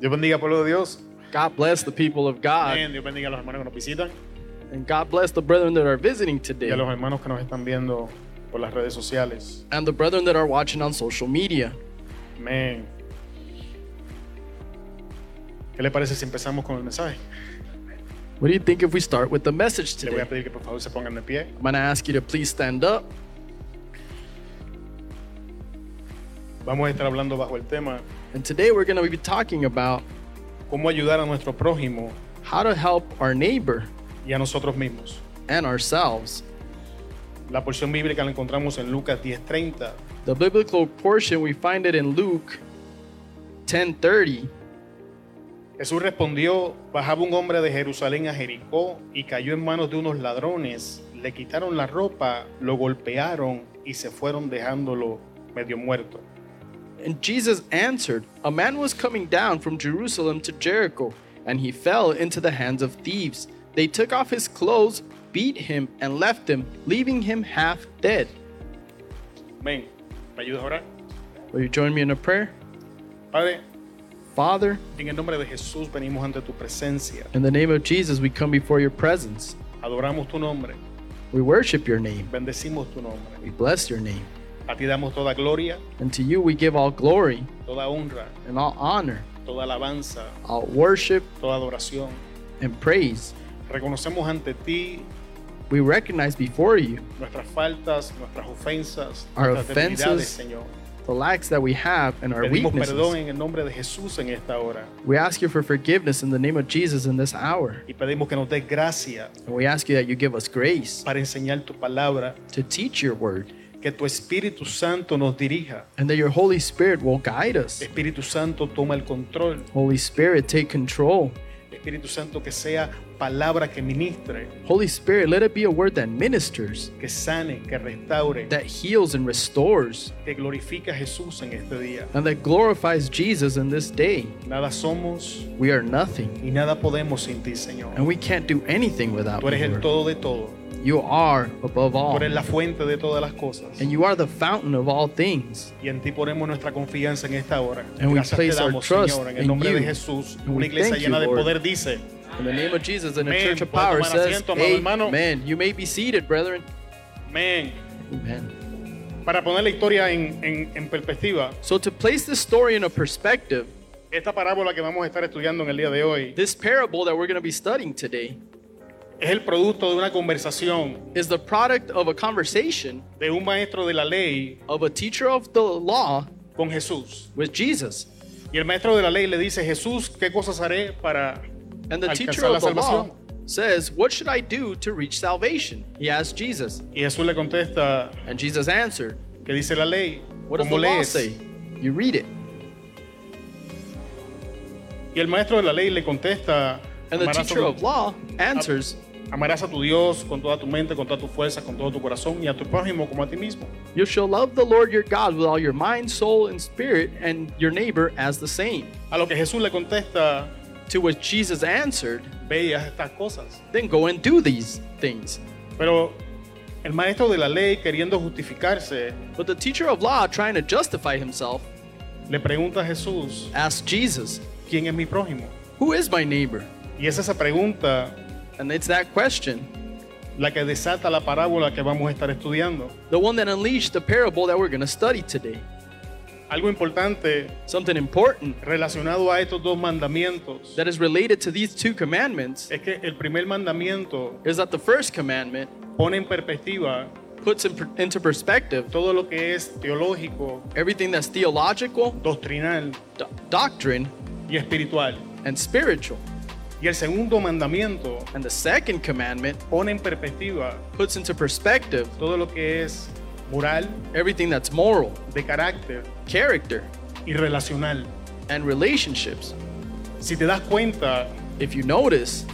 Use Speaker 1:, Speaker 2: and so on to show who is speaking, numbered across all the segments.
Speaker 1: Dios bendiga, pueblo de Dios.
Speaker 2: God bless the people of God.
Speaker 1: Amén. Dios bendiga a los hermanos que nos visitan
Speaker 2: And God bless the brethren that are visiting
Speaker 1: y a
Speaker 2: today
Speaker 1: los hermanos que nos están viendo por las redes sociales.
Speaker 2: and the brethren that are watching on social media.
Speaker 1: Amén. ¿Qué le parece si empezamos con el mensaje?
Speaker 2: What do you think if we start with the message
Speaker 1: Le voy
Speaker 2: today?
Speaker 1: a pedir que por favor se pongan de pie.
Speaker 2: I'm going to ask you to please stand up.
Speaker 1: Vamos a estar hablando bajo el tema
Speaker 2: And today we're going to be talking about
Speaker 1: cómo ayudar a nuestro prójimo
Speaker 2: how to help our neighbor
Speaker 1: y a nosotros mismos.
Speaker 2: and ourselves.
Speaker 1: La porción bíblica la encontramos en Lucas 10:30
Speaker 2: The biblical portion we find it in Luke 10:30.
Speaker 1: Jesús respondió, bajaba un hombre de Jerusalén a Jericó y cayó en manos de unos ladrones, le quitaron la ropa, lo golpearon y se fueron dejándolo medio muerto.
Speaker 2: And Jesus answered, A man was coming down from Jerusalem to Jericho, and he fell into the hands of thieves. They took off his clothes, beat him, and left him, leaving him half dead.
Speaker 1: Ven, ¿me ayudas a orar?
Speaker 2: Will you join me in a prayer?
Speaker 1: Padre,
Speaker 2: Father,
Speaker 1: en el nombre de Jesús venimos ante tu presencia,
Speaker 2: in the name of Jesus, we come before your presence.
Speaker 1: adoramos tu nombre,
Speaker 2: We worship your name.
Speaker 1: bendecimos tu
Speaker 2: We
Speaker 1: nombre.
Speaker 2: bless your name.
Speaker 1: A ti damos toda gloria,
Speaker 2: And to you we give all glory
Speaker 1: toda honra,
Speaker 2: and all honor,
Speaker 1: toda alabanza,
Speaker 2: all worship
Speaker 1: toda adoración.
Speaker 2: and praise.
Speaker 1: Reconocemos ante ti
Speaker 2: We recognize before you
Speaker 1: nuestras faltas, nuestras ofensas,
Speaker 2: Our
Speaker 1: nuestras debilidades,
Speaker 2: offenses,
Speaker 1: Señor.
Speaker 2: the lacks that we have and our
Speaker 1: Pedimos perdón
Speaker 2: weaknesses.
Speaker 1: en el nombre de Jesús en esta hora
Speaker 2: We ask you for forgiveness in the name of Jesus in this hour.
Speaker 1: y pedimos que nos des gracia
Speaker 2: And we ask you that you give us grace
Speaker 1: para enseñar tu palabra,
Speaker 2: to teach your word
Speaker 1: que tu Espíritu Santo nos dirija.
Speaker 2: and that your Holy Spirit will guide us.
Speaker 1: Espíritu Santo toma el control.
Speaker 2: Holy Spirit, take control.
Speaker 1: Espíritu Santo que sea palabra que ministre,
Speaker 2: Holy Spirit, let it be a word that ministers,
Speaker 1: que sane, que restaure,
Speaker 2: that heals and restores,
Speaker 1: que glorifique a Jesús en este día.
Speaker 2: and that glorifies Jesus in this day.
Speaker 1: Nada somos
Speaker 2: We are nothing
Speaker 1: y nada podemos sin ti,
Speaker 2: and
Speaker 1: Señor.
Speaker 2: we can't do anything without
Speaker 1: Tú eres el
Speaker 2: you. Lord.
Speaker 1: todo de todo.
Speaker 2: You are above
Speaker 1: Tú
Speaker 2: all,
Speaker 1: eres la fuente de todas las cosas.
Speaker 2: and you are the fountain of all things.
Speaker 1: Y en ti ponemos nuestra confianza en esta hora.
Speaker 2: And we
Speaker 1: Gracias te
Speaker 2: place our
Speaker 1: damos,
Speaker 2: trust
Speaker 1: Señor, en el
Speaker 2: in
Speaker 1: nombre de
Speaker 2: you.
Speaker 1: Jesús.
Speaker 2: And we
Speaker 1: Una iglesia
Speaker 2: thank you,
Speaker 1: llena de
Speaker 2: Lord.
Speaker 1: poder dice,
Speaker 2: In the name of Jesus and the
Speaker 1: Amen.
Speaker 2: Church of
Speaker 1: Puede
Speaker 2: Power
Speaker 1: tomar
Speaker 2: says,
Speaker 1: asiento, amado hermano.
Speaker 2: Amen. You may be seated, brethren.
Speaker 1: amén.
Speaker 2: Amen.
Speaker 1: Para poner la historia en, en- en perspectiva,
Speaker 2: So, to place this story in a perspective,
Speaker 1: esta parábola que vamos a estar estudiando en el día de hoy
Speaker 2: this parable that we're going to be studying today
Speaker 1: es el producto de una conversación
Speaker 2: is the product of a conversation
Speaker 1: de un maestro de la ley
Speaker 2: of a teacher of the law
Speaker 1: con Jesús.
Speaker 2: with Jesus.
Speaker 1: Y el maestro de la ley le dice, Jesús, ¿qué cosas haré para...
Speaker 2: And the
Speaker 1: Alcanzar
Speaker 2: teacher
Speaker 1: la
Speaker 2: of the law
Speaker 1: salvación.
Speaker 2: says, What should I do to reach salvation? He asked Jesus.
Speaker 1: Y Jesús le contesta,
Speaker 2: And Jesus answered,
Speaker 1: ¿qué dice la ley?
Speaker 2: What does the
Speaker 1: ¿Cómo
Speaker 2: law
Speaker 1: lees?
Speaker 2: say? You read it.
Speaker 1: Y el maestro de la ley le contesta,
Speaker 2: And the
Speaker 1: "Amarás Ah. a
Speaker 2: teacher
Speaker 1: tu-
Speaker 2: of law answers,
Speaker 1: Amarás a tu Dios con toda tu mente, con toda tu fuerza, con todo tu corazón y a tu prójimo como a ti mismo.
Speaker 2: You shall love the Lord your God with all your mind, soul, and spirit, and your neighbor as the same.
Speaker 1: A lo que Jesús le contesta,
Speaker 2: To which Jesus answered,
Speaker 1: ve y haz estas cosas.
Speaker 2: Then go and do these things.
Speaker 1: Pero el maestro de la ley, queriendo justificarse,
Speaker 2: But the teacher of law, trying to justify himself,
Speaker 1: le pregunta a Jesús,
Speaker 2: asked Jesus,
Speaker 1: ¿quién es mi prójimo?
Speaker 2: Who is my neighbor?
Speaker 1: Y es esa pregunta
Speaker 2: And it's that question,
Speaker 1: la que desata la parábola que vamos a estar estudiando.
Speaker 2: the one that unleashed the parable that we're going to study today.
Speaker 1: Algo importante
Speaker 2: Something important
Speaker 1: relacionado a estos dos mandamientos
Speaker 2: that is related to these two commandments
Speaker 1: es que el primer mandamiento
Speaker 2: is that the first commandment
Speaker 1: pone en perspectiva
Speaker 2: puts in, per- into perspective
Speaker 1: todo lo que es teológico,
Speaker 2: everything that's theological,
Speaker 1: doctrinal
Speaker 2: do- doctrine,
Speaker 1: y espiritual.
Speaker 2: and spiritual.
Speaker 1: Y el segundo mandamiento
Speaker 2: And the second commandment
Speaker 1: pone en perspectiva
Speaker 2: puts into perspective
Speaker 1: todo lo que es moral,
Speaker 2: everything that's moral,
Speaker 1: de carácter
Speaker 2: character,
Speaker 1: y relacional.
Speaker 2: and relationships.
Speaker 1: Si te das cuenta,
Speaker 2: If you notice,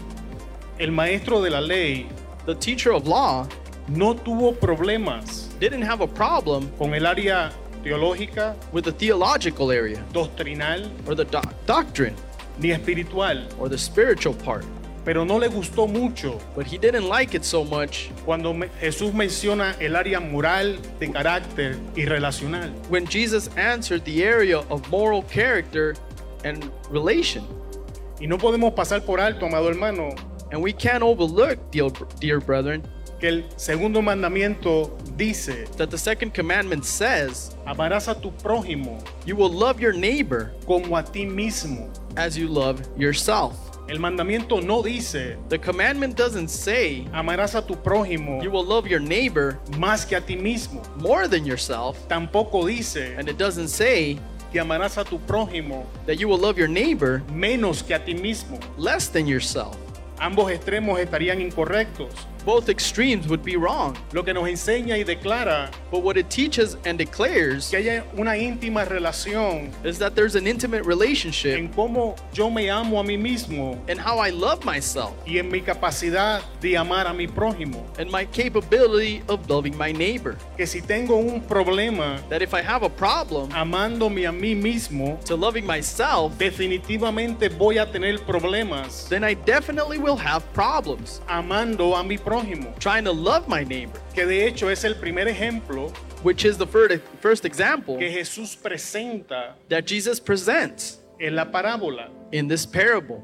Speaker 1: el maestro de la ley
Speaker 2: the teacher of law
Speaker 1: no tuvo problemas
Speaker 2: didn't have a problem
Speaker 1: con el área teológica,
Speaker 2: with the theological area
Speaker 1: doctrinal
Speaker 2: or the doc- doctrine
Speaker 1: ni espiritual,
Speaker 2: or the spiritual part,
Speaker 1: pero no le gustó mucho
Speaker 2: but he didn't like it so much
Speaker 1: cuando me- Jesús menciona el área moral, de carácter y relacional.
Speaker 2: when Jesus answered the area of moral character and relation.
Speaker 1: Y no podemos pasar por alto, amado hermano,
Speaker 2: And we can't overlook, dear, dear brethren,
Speaker 1: que el segundo mandamiento dice,
Speaker 2: that the second commandment says,
Speaker 1: amarás a tu prójimo
Speaker 2: You will love your neighbor
Speaker 1: como a ti mismo.
Speaker 2: as you love yourself.
Speaker 1: El mandamiento no dice,
Speaker 2: The commandment doesn't say,
Speaker 1: amarás a tu prójimo
Speaker 2: You will love your neighbor
Speaker 1: más que a ti mismo.
Speaker 2: more than yourself.
Speaker 1: Tampoco dice
Speaker 2: And it doesn't say
Speaker 1: que amarás a tu prójimo
Speaker 2: that you will love your neighbor
Speaker 1: menos que a ti mismo.
Speaker 2: less than yourself.
Speaker 1: Ambos extremos estarían incorrectos.
Speaker 2: Both extremes would be wrong.
Speaker 1: Lo que nos enseña y declara
Speaker 2: But what it teaches and declares
Speaker 1: que haya una íntima relación
Speaker 2: is that there's an intimate relationship
Speaker 1: en cómo yo me amo a mí mismo
Speaker 2: in how I love myself
Speaker 1: y en mi capacidad de amar a mi prójimo.
Speaker 2: and my capability of loving my neighbor.
Speaker 1: Que si tengo un problema
Speaker 2: That if I have a problem
Speaker 1: amándome a mí mismo,
Speaker 2: to loving myself,
Speaker 1: definitivamente voy a tener problemas
Speaker 2: then I definitely will have problems
Speaker 1: amando a mi prójimo.
Speaker 2: trying to love my neighbor,
Speaker 1: Que de hecho es el primer ejemplo
Speaker 2: which is the first, first example
Speaker 1: que Jesús presenta
Speaker 2: that Jesus presents
Speaker 1: en la parábola.
Speaker 2: in this parable.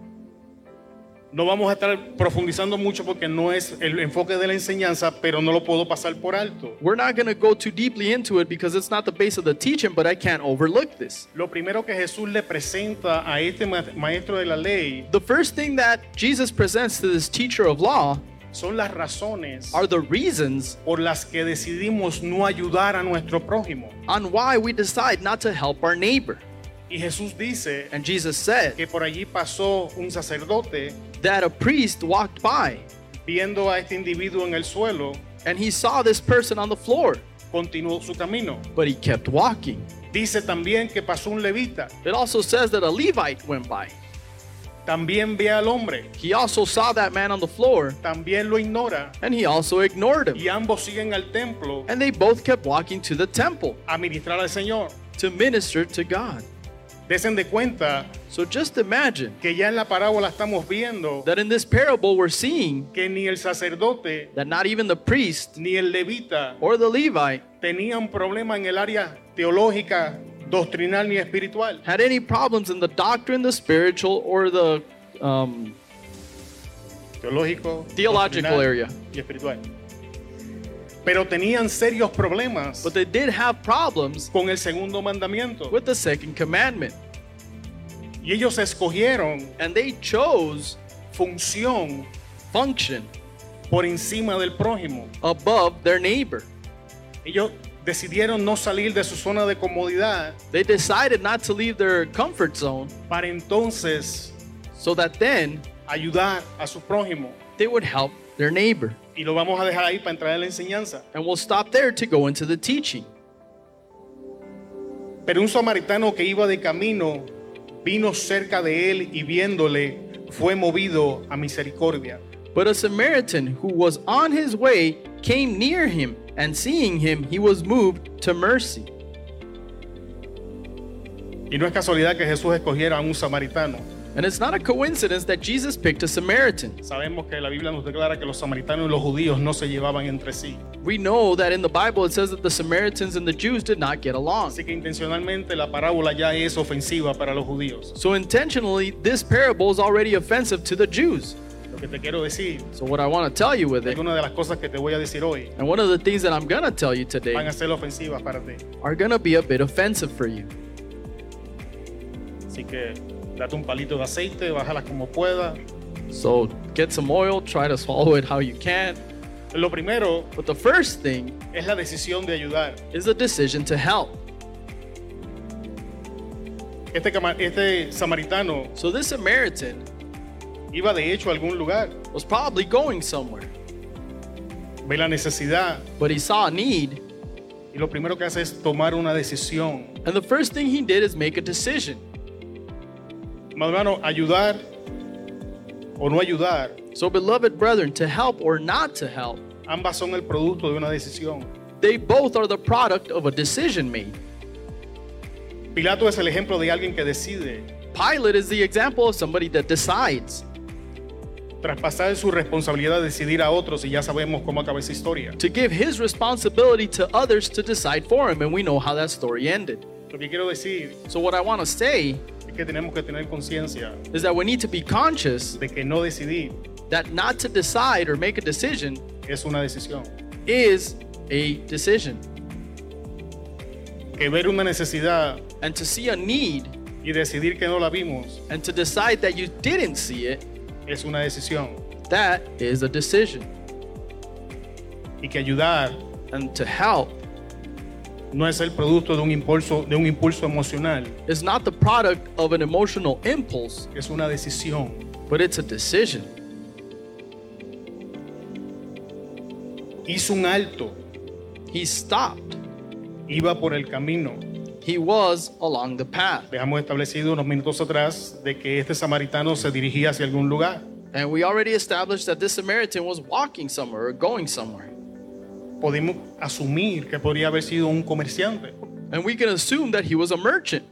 Speaker 1: No vamos a estar profundizando mucho porque no es el enfoque de la enseñanza, pero no lo puedo pasar por alto.
Speaker 2: We're not going to go too deeply into it because it's not the base of the teaching, but I can't overlook this.
Speaker 1: Lo primero que Jesús le presenta a este ma- maestro de la ley
Speaker 2: The first thing that Jesus presents to this teacher of law
Speaker 1: son las razones
Speaker 2: are the reasons
Speaker 1: por las que decidimos no ayudar a nuestro prójimo.
Speaker 2: on why we decide not to help our neighbor.
Speaker 1: Y Jesús dice
Speaker 2: And Jesus said
Speaker 1: que por allí pasó un sacerdote
Speaker 2: that a priest walked by
Speaker 1: viendo a este individuo en el suelo,
Speaker 2: and he saw this person on the floor,
Speaker 1: continuó su camino.
Speaker 2: but he kept walking.
Speaker 1: Dice también que pasó un levita,
Speaker 2: It also says that a Levite went by.
Speaker 1: también ve al hombre,
Speaker 2: He also saw that man on the floor,
Speaker 1: también lo ignora
Speaker 2: and he also ignored him.
Speaker 1: y ambos siguen al templo
Speaker 2: And they both kept walking to the temple
Speaker 1: a ministrar al Señor.
Speaker 2: to minister to God.
Speaker 1: Desen de cuenta
Speaker 2: So just imagine
Speaker 1: que ya en la parábola estamos viendo
Speaker 2: that in this parable, we're seeing
Speaker 1: que ni el sacerdote
Speaker 2: that not even the priest
Speaker 1: ni el levita
Speaker 2: or the Levite
Speaker 1: tenían problema en el área teológica, doctrinal ni espiritual.
Speaker 2: had any problems in the doctrine, the spiritual, or the um,
Speaker 1: Teológico,
Speaker 2: Theological
Speaker 1: doctrinal
Speaker 2: area.
Speaker 1: y espiritual. Pero tenían serios problemas
Speaker 2: but they did have problems
Speaker 1: con el segundo mandamiento.
Speaker 2: with the second commandment.
Speaker 1: Y ellos escogieron
Speaker 2: And they chose
Speaker 1: función
Speaker 2: function
Speaker 1: por encima del prójimo.
Speaker 2: above their neighbor.
Speaker 1: Ellos decidieron no salir de su zona de comodidad
Speaker 2: They decided not to leave their comfort zone
Speaker 1: para entonces
Speaker 2: so that then
Speaker 1: ayudar a su prójimo.
Speaker 2: they would help their neighbor.
Speaker 1: Y lo vamos a dejar ahí para entrar en la enseñanza.
Speaker 2: And we'll stop there to go into the teaching.
Speaker 1: Pero un samaritano que iba de camino vino cerca de él y viéndole fue movido a misericordia.
Speaker 2: But a Samaritan who was on his way came near him, and seeing him, he was moved to mercy.
Speaker 1: Y no es casualidad que Jesús escogiera a un samaritano.
Speaker 2: And it's not a coincidence that Jesus picked a Samaritan.
Speaker 1: Sabemos que la Biblia nos declara que los samaritanos y los judíos no se llevaban entre sí.
Speaker 2: We know that in the Bible it says that the Samaritans and the Jews did not get along.
Speaker 1: Así que intencionalmente la parábola ya es ofensiva para los judíos.
Speaker 2: So intentionally, this parable is already offensive to the Jews.
Speaker 1: Lo que te quiero decir,
Speaker 2: So what I want to tell you with it,
Speaker 1: algunas de las cosas que te voy a decir hoy
Speaker 2: and one of the things that I'm gonna tell you
Speaker 1: van a
Speaker 2: today,
Speaker 1: ser ofensivas para ti.
Speaker 2: are gonna be a bit offensive for you.
Speaker 1: Así que date un palito de aceite, bájalas como pueda.
Speaker 2: So get some oil, try to swallow it how you can.
Speaker 1: Lo primero
Speaker 2: But the first thing
Speaker 1: es la decisión de ayudar.
Speaker 2: is the decision to help.
Speaker 1: Este, cama- este samaritano
Speaker 2: So this Samaritan
Speaker 1: iba de hecho a algún lugar.
Speaker 2: was probably going somewhere,
Speaker 1: Ve la necesidad
Speaker 2: but he saw a need,
Speaker 1: y lo primero que hace es tomar una decisión.
Speaker 2: and the first thing he did is make a decision.
Speaker 1: Amado hermano, ayudar o no ayudar,
Speaker 2: So, beloved brethren, to help or not to help,
Speaker 1: ambas son el producto de una decisión.
Speaker 2: they both are the product of a decision made.
Speaker 1: Pilato es el ejemplo de alguien que decide
Speaker 2: Pilate is the example of somebody that decides
Speaker 1: traspasar su responsabilidad de decidir a otros y ya sabemos cómo acaba esa historia.
Speaker 2: to give his responsibility to others to decide for him, and we know how that story ended.
Speaker 1: Lo que quiero decir
Speaker 2: So, what I want to say
Speaker 1: es que tenemos que tener conciencia
Speaker 2: is that we need to be conscious
Speaker 1: de que no decidir
Speaker 2: that not to decide or make a decision
Speaker 1: es una decisión.
Speaker 2: is a decision.
Speaker 1: Que ver una necesidad
Speaker 2: And to see a need
Speaker 1: y decidir que no la vimos
Speaker 2: and to decide that you didn't see it,
Speaker 1: es una decisión.
Speaker 2: that is a decision.
Speaker 1: Y que ayudar
Speaker 2: And to help
Speaker 1: no es el producto de un impulso, de un impulso emocional,
Speaker 2: is not the product of an emotional impulse,
Speaker 1: es una decisión.
Speaker 2: but it's a decision.
Speaker 1: Hizo un alto,
Speaker 2: He stopped.
Speaker 1: iba por el camino.
Speaker 2: He was along the path.
Speaker 1: Dejamos establecido unos minutos atrás de que este samaritano se dirigía hacia algún lugar.
Speaker 2: And we already established that this Samaritan was walking somewhere or going somewhere.
Speaker 1: Podemos asumir que podría haber sido un comerciante.
Speaker 2: And we can assume that he was a merchant.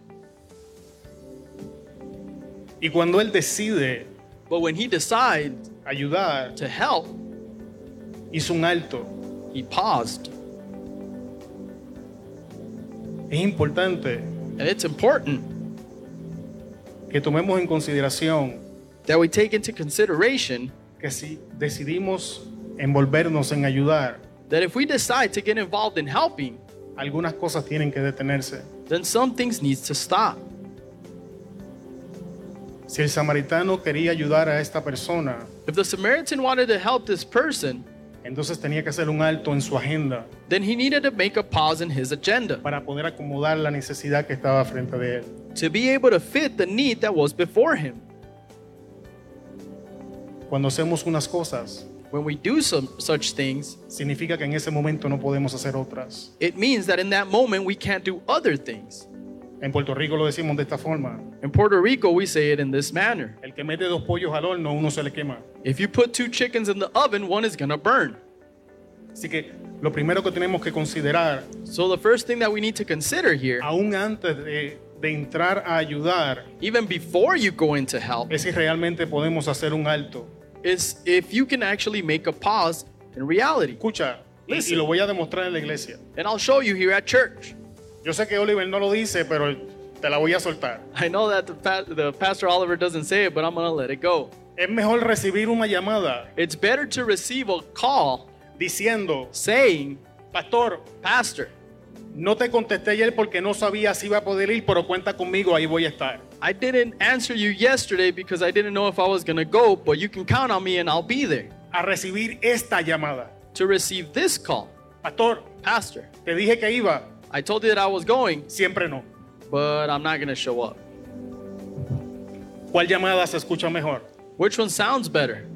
Speaker 1: Y cuando él decide
Speaker 2: But when he decides
Speaker 1: ayudar,
Speaker 2: to help,
Speaker 1: hizo un alto.
Speaker 2: he paused.
Speaker 1: Es importante
Speaker 2: And it's important
Speaker 1: que tomemos en consideración
Speaker 2: that we take into consideration
Speaker 1: que si decidimos envolvernos en ayudar,
Speaker 2: that if we decide to get involved in helping,
Speaker 1: algunas cosas tienen que detenerse.
Speaker 2: then some things needs to stop.
Speaker 1: Si el samaritano quería ayudar a esta persona,
Speaker 2: If the Samaritan wanted to help this person,
Speaker 1: entonces tenía que hacer un alto en su agenda
Speaker 2: then he needed to make a pause in his agenda
Speaker 1: para poder acomodar la necesidad que estaba frente de él.
Speaker 2: to be able to fit the need that was before him.
Speaker 1: Cuando hacemos unas cosas,
Speaker 2: When we do some such things,
Speaker 1: significa que en ese momento no podemos hacer otras.
Speaker 2: it means that in that moment we can't do other things.
Speaker 1: En Puerto Rico lo decimos de esta forma.
Speaker 2: In Puerto Rico, we say it in this manner.
Speaker 1: El que mete dos pollos al horno, uno se le quema.
Speaker 2: If you put two chickens in the oven, one is going to burn.
Speaker 1: Así que lo primero que tenemos que considerar,
Speaker 2: So the first thing that we need to consider here,
Speaker 1: aún antes de, de entrar a ayudar,
Speaker 2: even before you go in to help,
Speaker 1: es si realmente podemos hacer un alto.
Speaker 2: is if you can actually make a pause in reality.
Speaker 1: Escucha, y, y
Speaker 2: Listen.
Speaker 1: lo voy a demostrar en la iglesia.
Speaker 2: And I'll show you here at church.
Speaker 1: Yo sé que Oliver no lo dice, pero te la voy a soltar.
Speaker 2: I know that the, pa- the pastor Oliver doesn't say it, but I'm going to let it go.
Speaker 1: Es mejor recibir una llamada
Speaker 2: It's better to receive a call
Speaker 1: diciendo,
Speaker 2: saying,
Speaker 1: pastor,
Speaker 2: Pastor,
Speaker 1: no te contesté ayer porque no sabía si iba a poder ir, pero cuenta conmigo, ahí voy a estar.
Speaker 2: I didn't answer you yesterday because I didn't know if I was going to go, but you can count on me and I'll be there
Speaker 1: A recibir esta llamada.
Speaker 2: to receive this call.
Speaker 1: Pastor,
Speaker 2: Pastor,
Speaker 1: te dije que iba,
Speaker 2: I told you that I was going,
Speaker 1: siempre no.
Speaker 2: but I'm not going to show up.
Speaker 1: ¿Cuál llamada se escucha mejor?
Speaker 2: Which one sounds better?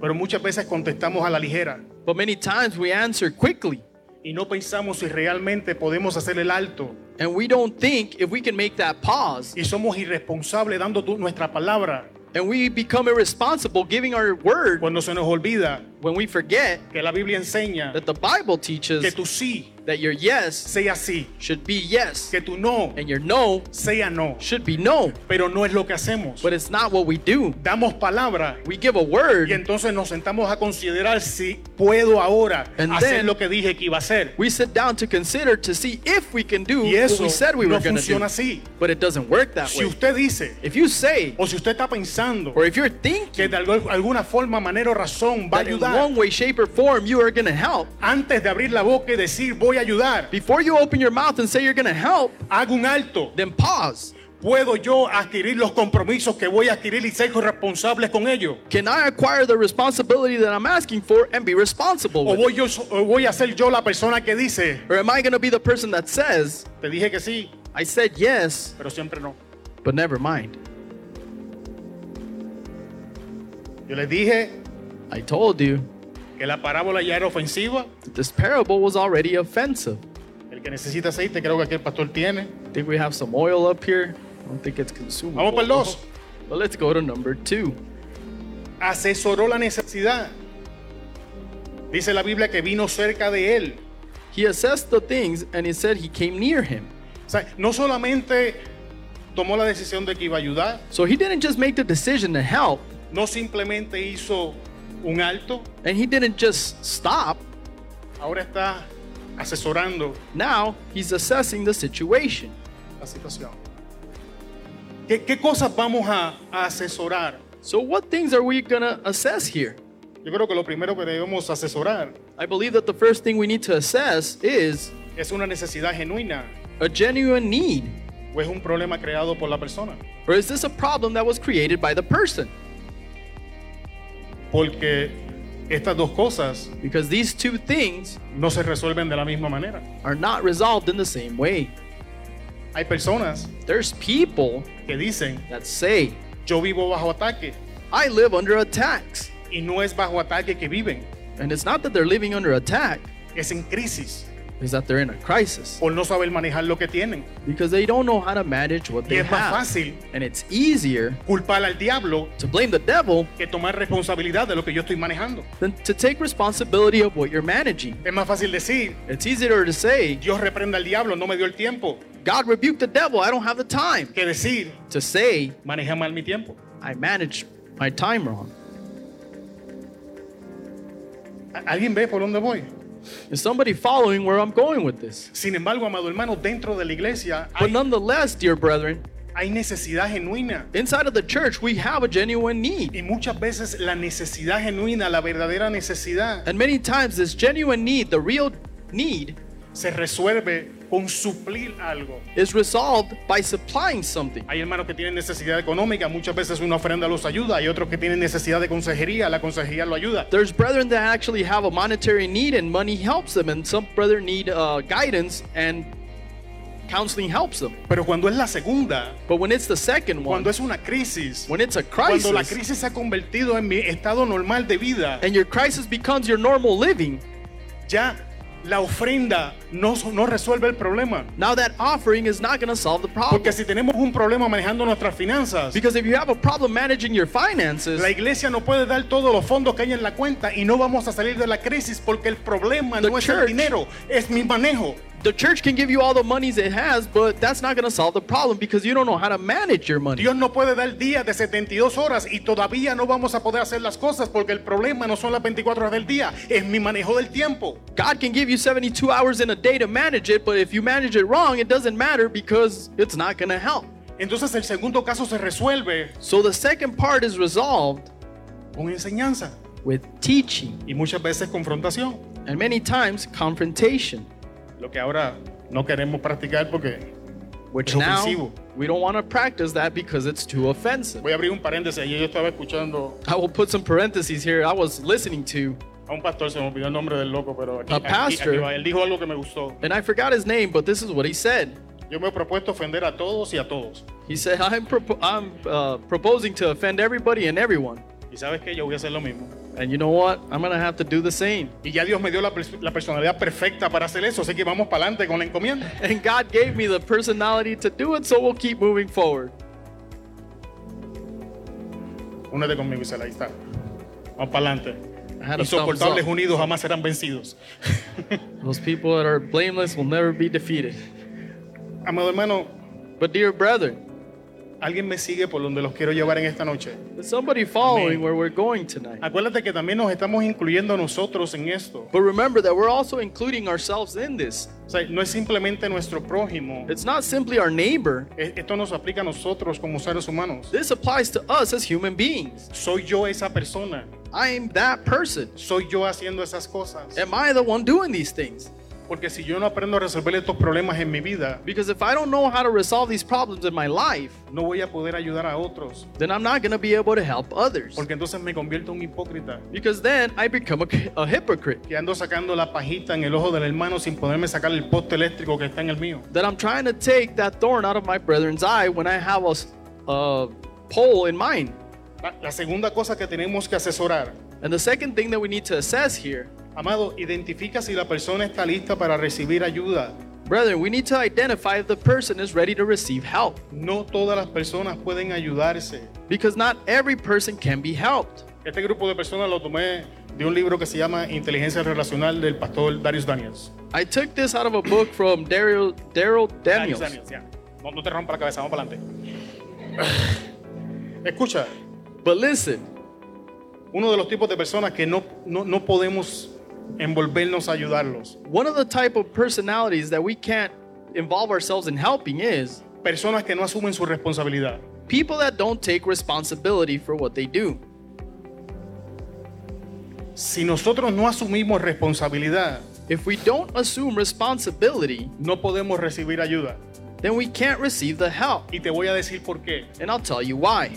Speaker 1: Pero muchas veces contestamos a la ligera
Speaker 2: But many times we answer quickly
Speaker 1: y no pensamos si realmente podemos hacer el alto
Speaker 2: and we don't think if we can make that pause
Speaker 1: y somos irresponsables dando tu- nuestra palabra
Speaker 2: and we become irresponsible giving our word
Speaker 1: cuando se nos olvida
Speaker 2: when we forget
Speaker 1: que la Biblia enseña
Speaker 2: that the Bible
Speaker 1: que
Speaker 2: teaches
Speaker 1: tu sí
Speaker 2: that your yes
Speaker 1: sea sí,
Speaker 2: should be yes
Speaker 1: que tu no
Speaker 2: and your no
Speaker 1: sea no,
Speaker 2: should be no.
Speaker 1: pero no es lo que hacemos.
Speaker 2: But it's not what we do.
Speaker 1: Damos palabra
Speaker 2: We give a word
Speaker 1: y entonces nos sentamos a considerar si puedo ahora
Speaker 2: And
Speaker 1: hacer
Speaker 2: then-
Speaker 1: lo que dije que iba a hacer.
Speaker 2: we sit down to consider to see if we can do
Speaker 1: Y
Speaker 2: what
Speaker 1: eso
Speaker 2: we said we
Speaker 1: no
Speaker 2: were going to do.
Speaker 1: funciona así.
Speaker 2: But it doesn't work that
Speaker 1: Si
Speaker 2: way.
Speaker 1: usted dice
Speaker 2: If you say,
Speaker 1: o si usted está pensando
Speaker 2: or if you're thinking
Speaker 1: que de algo- alguna forma, manera o razón va a
Speaker 2: that in
Speaker 1: ayudar
Speaker 2: one way, shape, or form you are going to help,
Speaker 1: antes de abrir la boca y decir voy a ayudar,
Speaker 2: before you open your mouth and say you're going to help,
Speaker 1: hago un alto.
Speaker 2: then pause.
Speaker 1: ¿Puedo yo adquirir los compromisos que voy a adquirir y ser responsable con ellos?
Speaker 2: Can I acquire the responsibility that I'm asking for and be responsible
Speaker 1: ¿O
Speaker 2: with?
Speaker 1: voy, yo, o voy a ser yo la persona que dice,
Speaker 2: it? Or am I going to be the person that says,
Speaker 1: te dije que sí,
Speaker 2: I said yes,
Speaker 1: pero siempre no?
Speaker 2: but never mind.
Speaker 1: Yo les dije
Speaker 2: I told you
Speaker 1: que la parábola ya era ofensiva.
Speaker 2: that this parable was already offensive.
Speaker 1: El que necesita aceite, creo que aquí el pastor tiene.
Speaker 2: I think we have some oil up here. I don't think it's consumable.
Speaker 1: Vamos para el dos.
Speaker 2: But let's go to number two.
Speaker 1: Asesoró la necesidad. Dice la Biblia que vino cerca de él.
Speaker 2: He assessed the things and he said he came near him.
Speaker 1: O sea, no solamente tomó la decisión de que iba a ayudar,
Speaker 2: So he didn't just make the decision to help
Speaker 1: no simplemente hizo un alto,
Speaker 2: and he didn't just stop.
Speaker 1: ahora está asesorando
Speaker 2: Now he's assessing the situation.
Speaker 1: la situación. ¿Qué, qué cosas vamos a, a asesorar?
Speaker 2: So, what things are we going to assess here?
Speaker 1: Yo creo que lo primero que debemos asesorar
Speaker 2: I believe that the first thing we need to assess is
Speaker 1: es una necesidad genuina
Speaker 2: a genuine need.
Speaker 1: o es un problema creado por la persona.
Speaker 2: Or is this a problem that was created by the person?
Speaker 1: Porque estas dos cosas
Speaker 2: Because these two things
Speaker 1: no se resuelven de la misma manera.
Speaker 2: are not resolved in the same way.
Speaker 1: Hay personas
Speaker 2: There's people
Speaker 1: que dicen,
Speaker 2: that say,
Speaker 1: yo vivo bajo ataque
Speaker 2: I live under attacks.
Speaker 1: y no es bajo ataque que viven,
Speaker 2: And it's not that they're living under attack,
Speaker 1: es en crisis
Speaker 2: it's that they're in a crisis
Speaker 1: por no saber manejar lo que tienen.
Speaker 2: because they don't know how to manage what
Speaker 1: Y
Speaker 2: they
Speaker 1: es más
Speaker 2: have.
Speaker 1: fácil
Speaker 2: And it's easier
Speaker 1: culpar al diablo
Speaker 2: to blame the devil
Speaker 1: que tomar responsabilidad de lo que yo estoy manejando.
Speaker 2: than to take responsibility of what you're managing.
Speaker 1: Es más fácil decir,
Speaker 2: It's easier to say,
Speaker 1: Dios reprenda al diablo, no me dio el tiempo,
Speaker 2: God rebuked the devil, I don't have the time,
Speaker 1: que decir,
Speaker 2: to say,
Speaker 1: manejé mal mi tiempo.
Speaker 2: I managed my time wrong.
Speaker 1: ¿Al- ¿Alguien ve por dónde voy?
Speaker 2: Is somebody following where I'm going with this?
Speaker 1: Sin embargo, amado hermano, dentro de la iglesia
Speaker 2: But
Speaker 1: hay,
Speaker 2: nonetheless, dear brethren,
Speaker 1: hay necesidad genuina.
Speaker 2: inside of the church, we have a genuine need.
Speaker 1: Y muchas veces la necesidad genuina, la verdadera necesidad,
Speaker 2: And many times, this genuine need, the real need,
Speaker 1: se resuelve con suplir algo.
Speaker 2: is resolved by supplying something.
Speaker 1: Hay hermanos que tienen necesidad económica, muchas veces una ofrenda los ayuda. Hay otros que tienen necesidad de consejería, la consejería lo ayuda.
Speaker 2: There's brethren that actually have a monetary need and money helps them, and some brethren need uh, guidance and counseling helps them.
Speaker 1: Pero cuando es la segunda,
Speaker 2: But when it's the second one,
Speaker 1: cuando es una crisis,
Speaker 2: when it's a
Speaker 1: cuando la
Speaker 2: crisis,
Speaker 1: crisis se ha convertido en mi estado normal de vida,
Speaker 2: and your crisis becomes your normal living,
Speaker 1: ya la ofrenda no, no resuelve el problema.
Speaker 2: now that offering is not going to solve the problem.
Speaker 1: Porque si tenemos un problema manejando nuestras finanzas,
Speaker 2: Because if you have a problem managing your finances,
Speaker 1: La iglesia no puede dar todos los fondos que hay en la cuenta y no vamos a salir de la crisis porque el problema
Speaker 2: The
Speaker 1: no es
Speaker 2: church-
Speaker 1: el dinero, es mi manejo.
Speaker 2: the church can give you all the monies it has, but that's not going to solve the problem because you don't know how to manage your money.
Speaker 1: Dios no puede dar días de 72 horas y todavía no vamos a poder hacer las cosas porque el problema no son las 24 horas del día, es mi manejo del tiempo.
Speaker 2: God can give you 72 hours in a day to manage it, but if you manage it wrong, it doesn't matter because it's not going to help.
Speaker 1: Entonces el segundo caso se resuelve
Speaker 2: So the second part is resolved
Speaker 1: con enseñanza
Speaker 2: with teaching
Speaker 1: y muchas veces confrontación,
Speaker 2: and many times confrontation,
Speaker 1: lo que ahora no queremos practicar porque
Speaker 2: which
Speaker 1: Es
Speaker 2: now
Speaker 1: ofensivo.
Speaker 2: we don't want to practice that because it's too offensive.
Speaker 1: voy a abrir un paréntesis. Ayer yo estaba escuchando
Speaker 2: I will put some parentheses here. I was listening to,
Speaker 1: a un pastor, se me olvidó el nombre del loco, pero aquí,
Speaker 2: A
Speaker 1: aquí-
Speaker 2: pastor.
Speaker 1: aquí va. él dijo algo que me gustó.
Speaker 2: and I forgot his name, but this is what he said.
Speaker 1: Yo me he propuesto ofender a todos y a todos.
Speaker 2: He said, I'm, propo- I'm uh, proposing to offend everybody and everyone.
Speaker 1: Y sabes que yo voy a hacer lo mismo.
Speaker 2: And you know what? I'm going to have to do the same.
Speaker 1: Y ya Dios me dio la, pers- la personalidad perfecta para hacer eso, así que vamos para adelante con la encomienda.
Speaker 2: And God gave me the personality to do it, so we'll keep moving forward.
Speaker 1: Únete conmigo, Isela, ahí está. Vamos para adelante.
Speaker 2: I had a thumbs
Speaker 1: Insoportables
Speaker 2: up.
Speaker 1: unidos jamás serán vencidos.
Speaker 2: Those people that are blameless will never be defeated.
Speaker 1: Amado hermano,
Speaker 2: But, dear brethren,
Speaker 1: alguien me sigue por donde los quiero llevar en esta noche.
Speaker 2: there's somebody following
Speaker 1: Amen.
Speaker 2: where we're going tonight.
Speaker 1: Acuérdate que también nos estamos incluyendo nosotros en esto.
Speaker 2: But remember that we're also including ourselves in this.
Speaker 1: O sea, no es simplemente nuestro prójimo.
Speaker 2: It's not simply our neighbor,
Speaker 1: E- Esto nos aplica a nosotros como seres humanos.
Speaker 2: this applies to us as human beings.
Speaker 1: Soy yo esa persona.
Speaker 2: I'm that person.
Speaker 1: Soy yo haciendo esas cosas.
Speaker 2: Am I the one doing these things?
Speaker 1: Porque si yo no aprendo a resolver estos problemas en mi vida,
Speaker 2: Because if I don't know how to resolve these problems in my life,
Speaker 1: no voy a poder ayudar a otros.
Speaker 2: then I'm not going to be able to help others.
Speaker 1: Porque entonces me convierto en un hipócrita.
Speaker 2: Because then I become a, a hypocrite.
Speaker 1: Que ando sacando la pajita en el ojo del hermano sin poderme sacar el poste eléctrico que está en el mío.
Speaker 2: That I'm trying to take that thorn out of my brethren's eye when I have a, s- a pole in mine.
Speaker 1: La, la segunda cosa que tenemos que asesorar.
Speaker 2: And the second thing that we need to assess here,
Speaker 1: Amado, identifica si la persona está lista para recibir ayuda.
Speaker 2: brethren, we need to identify if the person is ready to receive help.
Speaker 1: No todas las personas pueden ayudarse.
Speaker 2: Because not every person can be helped.
Speaker 1: Este grupo de personas lo tomé de un libro que se llama Inteligencia Relacional del pastor Darius Daniels.
Speaker 2: I took this out of a book from Daryl Daryl
Speaker 1: Darius
Speaker 2: Daniels.
Speaker 1: Daniels, ya. No, no te rompa la cabeza, vamos para adelante. Escucha,
Speaker 2: But listen,
Speaker 1: uno de los tipos de personas que no, no, no podemos envolvernos a ayudarlos.
Speaker 2: one of the type of personalities that we can't involve ourselves in helping is
Speaker 1: Personas que no asumen su responsabilidad.
Speaker 2: People that don't take responsibility for what they do.
Speaker 1: Si nosotros no asumimos responsabilidad,
Speaker 2: If we don't assume responsibility,
Speaker 1: no podemos recibir ayuda.
Speaker 2: then we can't receive the help.
Speaker 1: Y te voy a decir por qué.
Speaker 2: And I'll tell you why.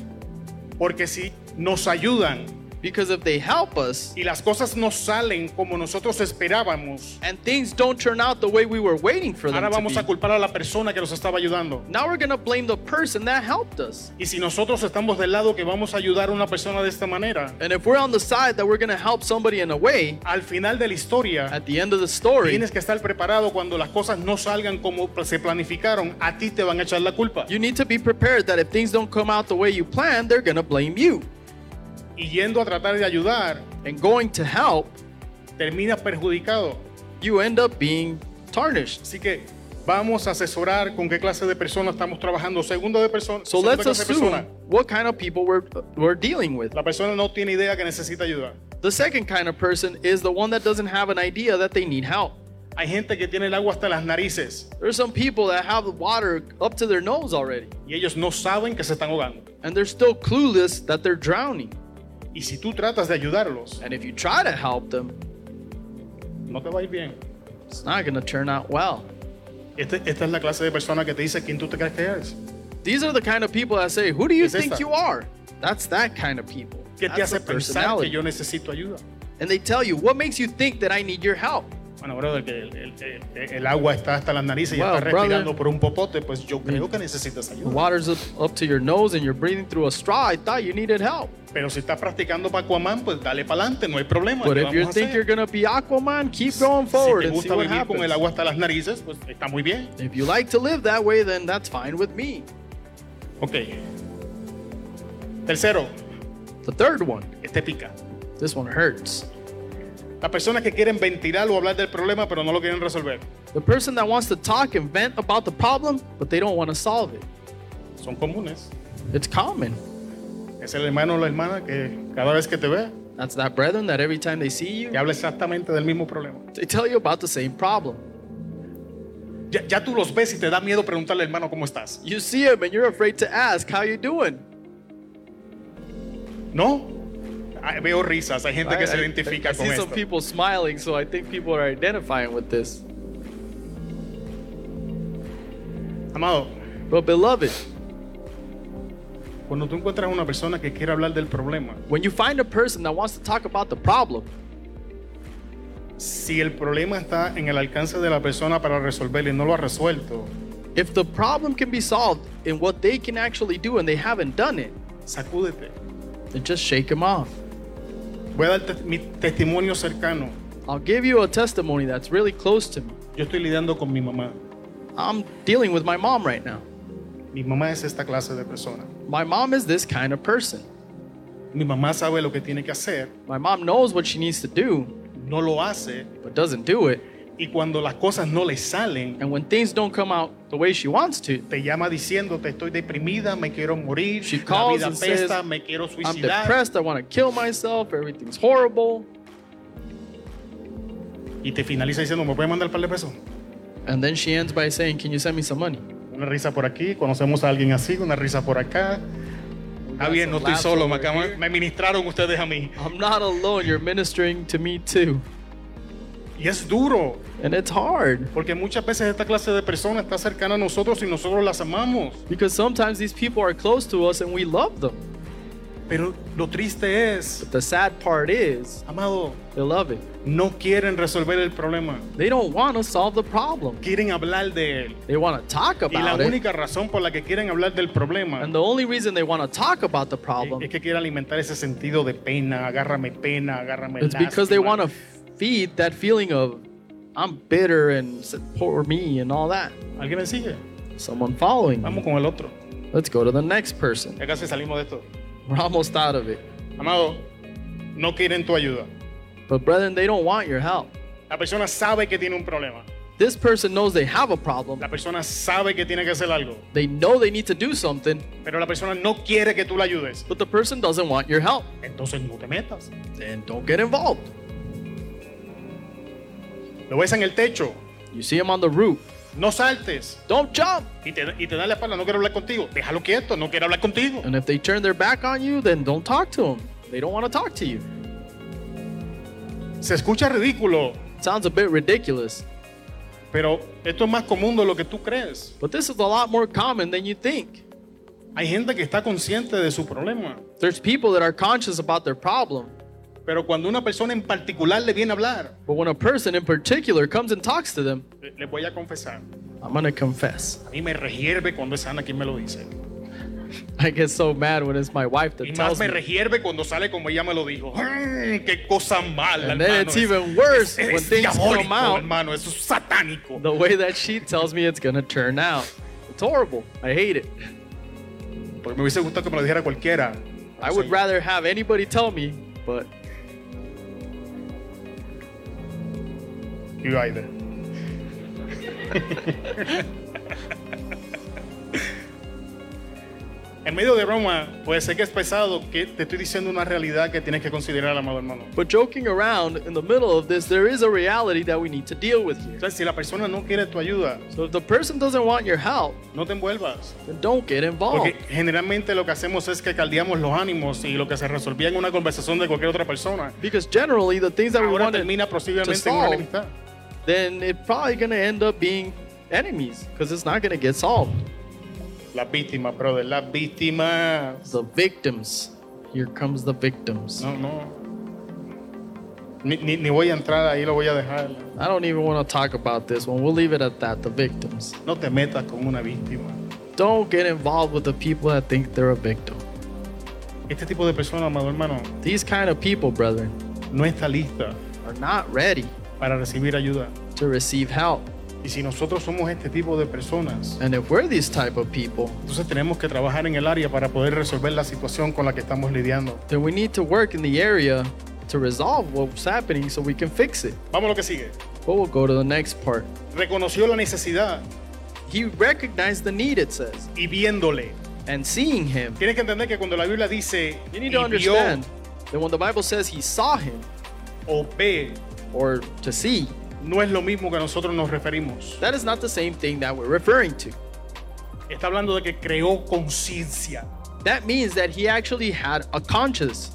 Speaker 1: Porque si nos ayudan
Speaker 2: Because if they help us
Speaker 1: y las cosas no salen como nosotros esperábamos,
Speaker 2: and things don't turn out the way we were waiting for them
Speaker 1: ahora
Speaker 2: to
Speaker 1: vamos a
Speaker 2: be,
Speaker 1: culpar a la persona que nos estaba ayudando.
Speaker 2: now we're going to blame the person that helped us.
Speaker 1: Y si nosotros estamos del lado que vamos a ayudar a una persona de esta manera,
Speaker 2: And if we're on the side that we're going to help somebody in a way,
Speaker 1: al final de la historia
Speaker 2: at the end of the story,
Speaker 1: tienes que estar preparado cuando las cosas no salgan como se planificaron, a ti te van a echar la culpa.
Speaker 2: you need to be prepared that if things don't come out the way you planned, they're going to blame you.
Speaker 1: Y yendo a tratar de ayudar,
Speaker 2: And going to help,
Speaker 1: terminas perjudicado.
Speaker 2: you end up being tarnished.
Speaker 1: Así que vamos a asesorar con qué clase de persona estamos trabajando. Segunda de persona.
Speaker 2: So
Speaker 1: segunda
Speaker 2: let's
Speaker 1: clase de
Speaker 2: assume
Speaker 1: persona.
Speaker 2: what kind of people we're, we're dealing with.
Speaker 1: La persona no tiene idea que necesita ayuda.
Speaker 2: The second kind of person is the one that doesn't have an idea that they need help.
Speaker 1: Hay gente que tiene el agua hasta las narices
Speaker 2: There's some people that have the water up to their nose already,
Speaker 1: y ellos no saben que se están ahogando.
Speaker 2: and they're still clueless that they're drowning.
Speaker 1: Y si tú tratas de ayudarlos,
Speaker 2: And if you try to help them,
Speaker 1: no te va a ir bien.
Speaker 2: it's not going to turn out well.
Speaker 1: Este- esta es la clase de persona que te dice quién tú te crees que eres.
Speaker 2: These are the kind of people that say, "Who do you
Speaker 1: Es
Speaker 2: think
Speaker 1: esta.
Speaker 2: you are?" That's that kind of people.
Speaker 1: ¿Qué te
Speaker 2: That's
Speaker 1: hace
Speaker 2: the
Speaker 1: pensar que
Speaker 2: personality.
Speaker 1: yo necesito ayuda?
Speaker 2: And they tell you, "What makes you think that I need your help?"
Speaker 1: Bueno, brother, que el, el- el- el agua está hasta las narices y
Speaker 2: Well,
Speaker 1: está respirando
Speaker 2: brother. Mm.
Speaker 1: por un popote, pues yo creo que necesitas
Speaker 2: The
Speaker 1: ayuda.
Speaker 2: water's up, up to your nose, and you're breathing through a straw. I thought you needed help.
Speaker 1: Pero si estás practicando para Aquaman, pues dale para adelante, no hay problema.
Speaker 2: But
Speaker 1: ¿qué
Speaker 2: if
Speaker 1: vamos
Speaker 2: you
Speaker 1: a
Speaker 2: think
Speaker 1: hacer?
Speaker 2: you're gonna be Aquaman, keep going forward
Speaker 1: si te
Speaker 2: and see
Speaker 1: gusta
Speaker 2: what
Speaker 1: vivir con el
Speaker 2: happens.
Speaker 1: agua hasta las narices, pues está muy bien.
Speaker 2: If you like to live that way, then that's fine with me.
Speaker 1: Ok. Tercero,
Speaker 2: The third one,
Speaker 1: este pica.
Speaker 2: this one hurts.
Speaker 1: Las personas que quieren ventilar o hablar del problema, pero no lo quieren resolver,
Speaker 2: The person that wants to talk and vent about the problem, but they don't want to solve it.
Speaker 1: son comunes.
Speaker 2: It's common.
Speaker 1: Es el hermano o la hermana que cada vez que te ve,
Speaker 2: That's that brethren that every time they see
Speaker 1: te
Speaker 2: you,
Speaker 1: habla exactamente del mismo problema.
Speaker 2: they tell you about the same problem.
Speaker 1: Ya, ya tú los ves y te da miedo preguntarle, hermano, ¿cómo estás?
Speaker 2: You see him and you're afraid to ask, "How you doing?"
Speaker 1: ¿No? Ah, Veo risas, hay gente
Speaker 2: I,
Speaker 1: que se
Speaker 2: I-
Speaker 1: identifica
Speaker 2: I
Speaker 1: con
Speaker 2: see some
Speaker 1: esto.
Speaker 2: people smiling, so I think people are identifying with this.
Speaker 1: Amado,
Speaker 2: But beloved,
Speaker 1: cuando tú encuentras una persona que quiere hablar del problema,
Speaker 2: when you find a person that wants to talk about the problem,
Speaker 1: si el problema está en el alcance de la persona para resolverlo y no lo ha resuelto,
Speaker 2: if the problem can be solved in what they can actually do and they haven't done it,
Speaker 1: sacúdete.
Speaker 2: then just shake him off.
Speaker 1: Voy a darte mi testimonio cercano.
Speaker 2: I'll give you a testimony that's really close to me.
Speaker 1: Yo estoy lidiando con mi mamá.
Speaker 2: I'm dealing with my mom right now.
Speaker 1: Mi mamá es esta clase de persona.
Speaker 2: My mom is this kind of person.
Speaker 1: Mi mamá sabe lo que tiene que hacer,
Speaker 2: My mom knows what she needs to do,
Speaker 1: no lo hace,
Speaker 2: but doesn't do it.
Speaker 1: y cuando las cosas no le salen,
Speaker 2: And when things don't come out the way she wants to,
Speaker 1: te llama diciendo, te estoy deprimida, me quiero morir,
Speaker 2: She
Speaker 1: la
Speaker 2: calls
Speaker 1: vida
Speaker 2: and says,
Speaker 1: apesta, me quiero
Speaker 2: I'm
Speaker 1: suicidar.
Speaker 2: depressed, I want to kill myself, everything's horrible.
Speaker 1: Y te finaliza diciendo, ¿me puedes mandar un par de pesos?
Speaker 2: And then she ends by saying, Can you send me some money?
Speaker 1: Una risa por aquí, conocemos a alguien así, una risa por acá.
Speaker 2: Ah,
Speaker 1: Está bien, no estoy solo, me, acaban- me ministraron ustedes a mí.
Speaker 2: I'm not alone, you're ministering to me too.
Speaker 1: Y es duro,
Speaker 2: And it's hard
Speaker 1: porque muchas veces esta clase de personas está cercana a nosotros y nosotros las amamos.
Speaker 2: because sometimes these people are close to us and we love them.
Speaker 1: Pero lo triste es,
Speaker 2: But the sad part is,
Speaker 1: amado,
Speaker 2: beloved,
Speaker 1: no quieren resolver el problema,
Speaker 2: they don't want to solve the problem.
Speaker 1: quieren hablar de él.
Speaker 2: They want to talk
Speaker 1: Y la
Speaker 2: about it.
Speaker 1: única razón por la que quieren hablar del problema
Speaker 2: And the only reason they want to talk about the problem
Speaker 1: es que quieren alimentar ese sentido de pena, agárrame pena, agárrame
Speaker 2: It's because they
Speaker 1: lástima.
Speaker 2: want to feed that feeling of I'm bitter and s- poor me and all that.
Speaker 1: ¿Alguien me sigue?
Speaker 2: Someone following. me.
Speaker 1: Vamos con el otro.
Speaker 2: Let's go to the next person.
Speaker 1: Ya casi salimos de esto.
Speaker 2: We're almost out of it.
Speaker 1: Amado, no quieren tu ayuda.
Speaker 2: But brethren, they don't want your help.
Speaker 1: La persona sabe que tiene un problema.
Speaker 2: This person knows they have a problem.
Speaker 1: La persona sabe que tiene que hacer algo.
Speaker 2: They know they need to do something,
Speaker 1: Pero la persona no quiere que tú la ayudes.
Speaker 2: but the person doesn't want your help.
Speaker 1: Entonces no te metas.
Speaker 2: Then don't get involved.
Speaker 1: Lo ves en el techo.
Speaker 2: You see them on the roof.
Speaker 1: No saltes.
Speaker 2: Don't jump.
Speaker 1: Y te, y te dan la espalda, no quiero hablar contigo. Déjalo quieto, no quiero hablar contigo.
Speaker 2: And if they turn their back on you, then don't talk to them. They don't want to talk to you.
Speaker 1: Se escucha ridículo,
Speaker 2: Sounds a bit ridiculous,
Speaker 1: pero esto es más común de lo que tú crees.
Speaker 2: but this is a lot more common than you think.
Speaker 1: Hay gente que está consciente de su problema,
Speaker 2: There's people that are conscious about their problem,
Speaker 1: pero cuando una persona en particular le viene a hablar,
Speaker 2: but when a person in particular comes and talks to them,
Speaker 1: le- les voy a confesar,
Speaker 2: I'm going to confess.
Speaker 1: a mí me rehierve cuando es Ana quien me lo dice.
Speaker 2: I get so mad when it's my wife
Speaker 1: Y más
Speaker 2: that tells
Speaker 1: me
Speaker 2: me.
Speaker 1: rehierve cuando sale como ella me lo dijo. ¡Mmm, ¡Qué cosa mala,
Speaker 2: And then
Speaker 1: hermano!
Speaker 2: it's even worse
Speaker 1: es,
Speaker 2: when
Speaker 1: es
Speaker 2: things come
Speaker 1: diabólico,
Speaker 2: out
Speaker 1: hermano, eso es satánico.
Speaker 2: the way that she tells me it's going to turn out. It's horrible. I hate it.
Speaker 1: Porque me hubiese gustado que me lo dijera cualquiera.
Speaker 2: I would
Speaker 1: Sí.
Speaker 2: rather have anybody tell me, but
Speaker 1: You either. en medio de broma, puede ser que es pesado, que te estoy diciendo una realidad que tienes que considerar, amado hermano.
Speaker 2: but joking around in the middle of this, there is a reality that we need to deal with here.
Speaker 1: Entonces, si la persona no quiere tu ayuda,
Speaker 2: So if the person doesn't want your help,
Speaker 1: no te envuelvas.
Speaker 2: then don't get involved.
Speaker 1: Porque generalmente lo que hacemos es que caldeamos los ánimos y lo que se resolvía en una conversación de cualquier otra persona,
Speaker 2: Because generally, the things that we
Speaker 1: ahora
Speaker 2: want to
Speaker 1: termina posiblemente en una
Speaker 2: solve.
Speaker 1: enemistad.
Speaker 2: then it's probably going to end up being enemies because it's not going to get solved.
Speaker 1: Las víctimas, brother, las víctimas.
Speaker 2: The victims. Here comes the victims.
Speaker 1: No, no. Ni, ni, ni voy a entrar ahí, lo voy a dejar.
Speaker 2: I don't even want to talk about this one. We'll leave it at that. The victims.
Speaker 1: No te metas con una víctima.
Speaker 2: Don't get involved with the people that think they're a victim.
Speaker 1: Este tipo de personas, amado hermano,
Speaker 2: These kind of people, brethren,
Speaker 1: no está lista
Speaker 2: are not ready
Speaker 1: para recibir ayuda.
Speaker 2: to receive help.
Speaker 1: Y si nosotros somos este tipo de personas,
Speaker 2: And if we're these type of people,
Speaker 1: entonces tenemos que trabajar en el área para poder resolver la situación con la que estamos lidiando.
Speaker 2: then we need to work in the area to resolve what's happening so we can fix it.
Speaker 1: Vamos a lo que sigue.
Speaker 2: But we'll go to the next part.
Speaker 1: Reconoció la necesidad
Speaker 2: He recognized the need, it says,
Speaker 1: y viéndole.
Speaker 2: and seeing him.
Speaker 1: Tienes que entender que cuando la Biblia dice
Speaker 2: You
Speaker 1: y
Speaker 2: need to
Speaker 1: vio
Speaker 2: understand that when the Bible says he saw him
Speaker 1: o ve,
Speaker 2: or to see,
Speaker 1: no es lo mismo que nosotros nos referimos.
Speaker 2: that is not the same thing that we're referring to.
Speaker 1: Está hablando de que creó conciencia.
Speaker 2: That means that he actually had a conscience.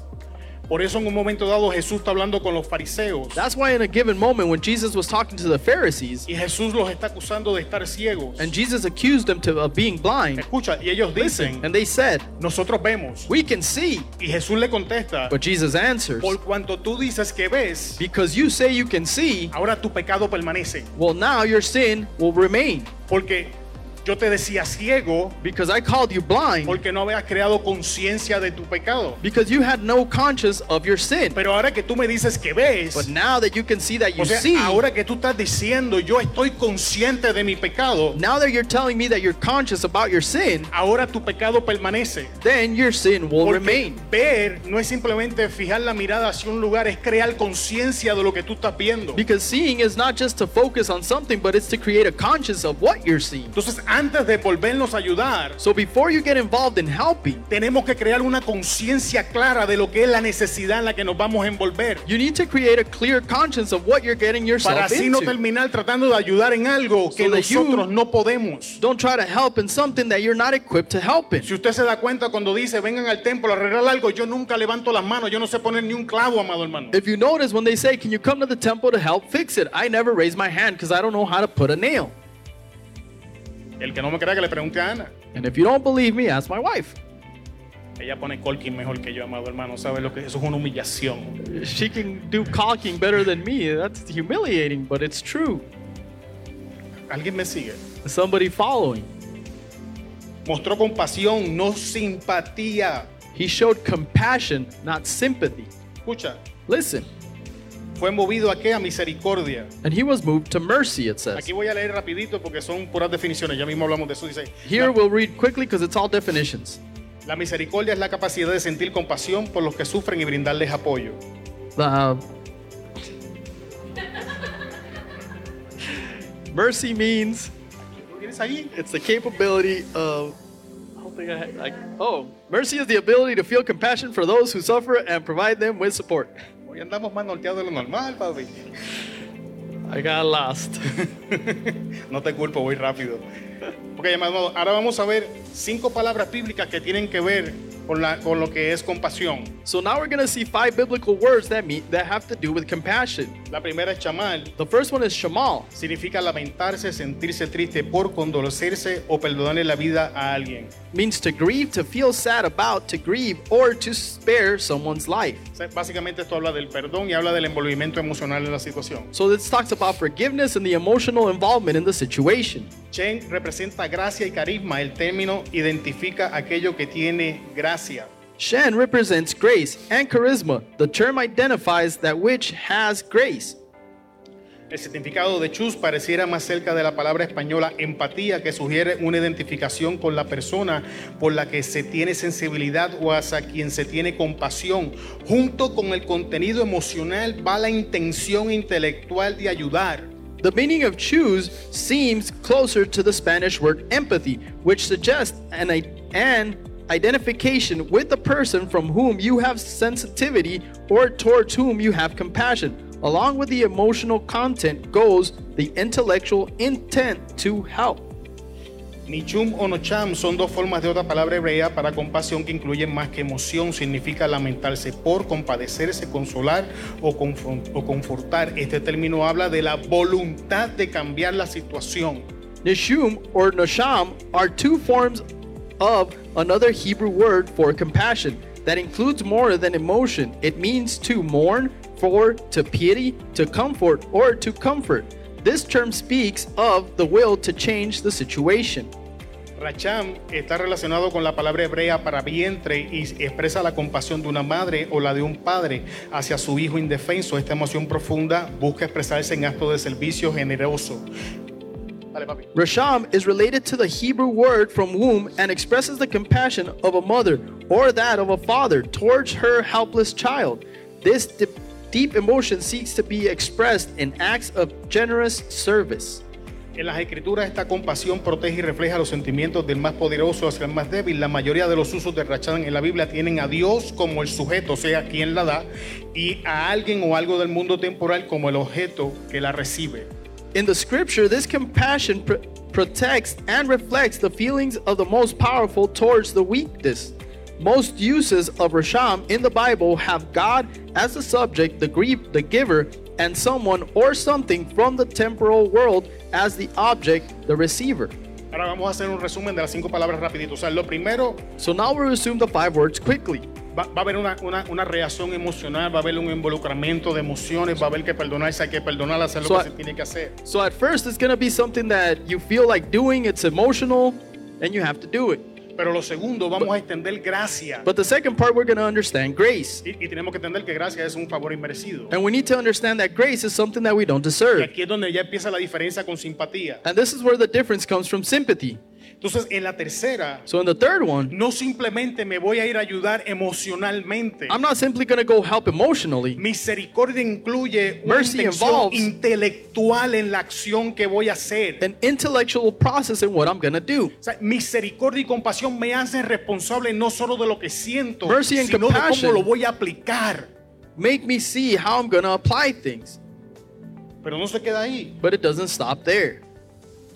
Speaker 1: Por eso en un momento dado Jesús está hablando con los fariseos
Speaker 2: That's why, in a given moment, when Jesus was talking to the Pharisees,
Speaker 1: y Jesús los está acusando de estar ciegos.
Speaker 2: and Jesus accused them to, of being blind,
Speaker 1: Escucha, y ellos dicen,
Speaker 2: and they said,
Speaker 1: nosotros vemos.
Speaker 2: We can see.
Speaker 1: Y Jesús le contesta,
Speaker 2: But Jesus answers,
Speaker 1: por cuanto tú dices que ves,
Speaker 2: Because you say you can see,
Speaker 1: ahora tu pecado permanece.
Speaker 2: well, now your sin will remain.
Speaker 1: Porque yo te decía ciego,
Speaker 2: Because I called you blind,
Speaker 1: porque no habías creado conciencia de tu pecado.
Speaker 2: because you had no conscience of your sin.
Speaker 1: Pero ahora que tú me dices que ves,
Speaker 2: But now that you can see that you
Speaker 1: o sea,
Speaker 2: see,
Speaker 1: ahora que tú estás diciendo yo estoy consciente de mi pecado,
Speaker 2: now that you're telling me that you're conscious about your sin,
Speaker 1: ahora tu pecado permanece.
Speaker 2: then your sin will
Speaker 1: Porque
Speaker 2: remain.
Speaker 1: ver no es simplemente fijar la mirada hacia un lugar, es crear conciencia de lo que tú estás viendo.
Speaker 2: Because seeing is not just to focus on something, but it's to create a conscience of what you're seeing.
Speaker 1: Entonces, antes de volvernos a ayudar,
Speaker 2: So before you get involved in helping,
Speaker 1: tenemos que crear una conciencia clara de lo que es la necesidad en la que nos vamos a envolver.
Speaker 2: you need to create a clear conscience of what you're getting yourself
Speaker 1: Para así no
Speaker 2: into.
Speaker 1: terminar tratando de ayudar en algo que
Speaker 2: So that you-
Speaker 1: nosotros no podemos.
Speaker 2: Don't try to help in something that you're not equipped to help in.
Speaker 1: Si usted se da cuenta cuando dice vengan al templo a arreglar algo, yo nunca levanto las manos, yo no sé poner ni un clavo, amado hermano.
Speaker 2: If you notice when they say, "Can you come to the temple to help fix it?" I never raise my hand because I don't know how to put a nail.
Speaker 1: El que no me crea que le pregunte a Ana.
Speaker 2: And if you don't believe me, ask my wife.
Speaker 1: Ella pone colquín mejor que yo, amado hermano. ¿Sabe lo que eso es una humillación?
Speaker 2: She can do caulking better than me. That's humiliating, but it's true.
Speaker 1: ¿Alguien me sigue?
Speaker 2: Somebody following.
Speaker 1: Mostró compasión, no simpatía.
Speaker 2: He showed compassion, not sympathy.
Speaker 1: Escucha,
Speaker 2: Listen,
Speaker 1: fue movido a qué? A misericordia.
Speaker 2: and he was moved to mercy, it
Speaker 1: Aquí
Speaker 2: says.
Speaker 1: voy a leer rapidito porque son puras definiciones. Ya mismo hablamos de eso. Dice,
Speaker 2: Here we'll read quickly because it's all definitions.
Speaker 1: la misericordia es la capacidad de sentir compasión por los que sufren y brindarles apoyo.
Speaker 2: The, uh, mercy means
Speaker 1: ¿Lo tienes ahí?
Speaker 2: It's the capability of. I don't think I had, like. Oh, mercy is the ability to feel compassion for those who suffer and provide them with support.
Speaker 1: Hoy andamos más norteados de lo normal, papi.
Speaker 2: I got lost.
Speaker 1: No te culpo, voy rápido. Ok, amado, ahora vamos a ver cinco palabras bíblicas que tienen que ver con, la- con lo que es compasión.
Speaker 2: so now we're gonna see five biblical words that meet that have to do with compassion.
Speaker 1: La primera es chamal,
Speaker 2: The first one is shamal.
Speaker 1: significa lamentarse, sentirse triste por condolecerse o perdonarle la vida a alguien.
Speaker 2: means to grieve, to feel sad about, to grieve, or to spare someone's life.
Speaker 1: O sea, básicamente esto habla del perdón y habla del envolvimiento emocional en la situación.
Speaker 2: So this talks about forgiveness and the emotional involvement in the situation.
Speaker 1: Chen representa gracia y carisma. El término identifica aquello que tiene gracia.
Speaker 2: Shen represents grace and charisma. The term identifies that which has grace.
Speaker 1: El significado de chus pareciera más cerca de la palabra española empatía, que sugiere una identificación con la persona por la que se tiene sensibilidad o hacia quien se tiene compasión. Junto con el contenido emocional va la intención intelectual de ayudar.
Speaker 2: The meaning of choose seems closer to the Spanish word empathy, which suggests an, i- an identification with the person from whom you have sensitivity or towards whom you have compassion. Along with the emotional content goes the intellectual intent to help.
Speaker 1: Nichum o nocham son dos formas de otra palabra hebrea para compasión que incluyen más que emoción. Significa lamentarse por, compadecerse, consolar o, confron- o confortar. Este término habla de la voluntad de cambiar la situación.
Speaker 2: Nishum or Nosham are two forms of another Hebrew word for compassion that includes more than emotion. It means to mourn, for, to pity, to comfort, or to comfort. This term speaks of the will to change the situation.
Speaker 1: Racham está relacionado con la palabra hebrea para vientre y expresa la compasión de una madre o la de un padre hacia su hijo indefenso. Esta emoción profunda busca expresarse en actos de servicio generoso. Dale, papi.
Speaker 2: Rasham is related to the Hebrew word from womb and expresses the compassion of a mother or that of a father towards her helpless child. This de- deep emotion seeks to be expressed in acts of generous service.
Speaker 1: En las escrituras esta compasión protege y refleja los sentimientos del más poderoso hacia el más débil. La mayoría de los usos de Rachán en la Biblia tienen a Dios como el sujeto, o sea, quien la da, y a alguien o algo del mundo temporal como el objeto que la recibe.
Speaker 2: In the scripture, this compassion pr- protects and reflects the feelings of the most powerful towards the weakest. Most uses of Rasham in the Bible have God as the subject, the grief, the giver, and someone or something from the temporal world as the object, the receiver.
Speaker 1: Ahora vamos a hacer un resumen de las cinco palabras rapidito. O sea, lo primero,
Speaker 2: So now we'll assume the five words quickly.
Speaker 1: va, va a haber una, una- una reacción emocional, va a haber un involucramiento de emociones, va a haber que perdonarse, hay que perdonar, hacer lo
Speaker 2: So
Speaker 1: que
Speaker 2: I-
Speaker 1: se tiene que hacer.
Speaker 2: So at first, it's gonna be something that you feel like doing, it's emotional, and you have to do it.
Speaker 1: Pero lo segundo, vamos a extender gracia.
Speaker 2: But the second part, we're gonna understand grace.
Speaker 1: y, y tenemos que entender que gracia es un favor inmerecido.
Speaker 2: And we need to understand that grace is something that we don't
Speaker 1: Y
Speaker 2: deserve.
Speaker 1: aquí es donde ya empieza la diferencia con simpatía.
Speaker 2: And this is where the difference comes from sympathy.
Speaker 1: Entonces, en la tercera,
Speaker 2: So in the third one,
Speaker 1: no simplemente me voy a ir a ayudar emocionalmente.
Speaker 2: I'm not simply going to go help emotionally.
Speaker 1: Misericordia incluye una
Speaker 2: Mercy
Speaker 1: intención
Speaker 2: involves-
Speaker 1: intelectual en la acción que voy a hacer.
Speaker 2: An intellectual process in what I'm going to do.
Speaker 1: O sea, misericordia y compasión me hacen responsable no solo de lo que siento,
Speaker 2: Mercy and
Speaker 1: sino de cómo
Speaker 2: compassion.
Speaker 1: lo voy a aplicar.
Speaker 2: Make me see how I'm going to apply things.
Speaker 1: Pero no se queda ahí.
Speaker 2: But it doesn't stop there.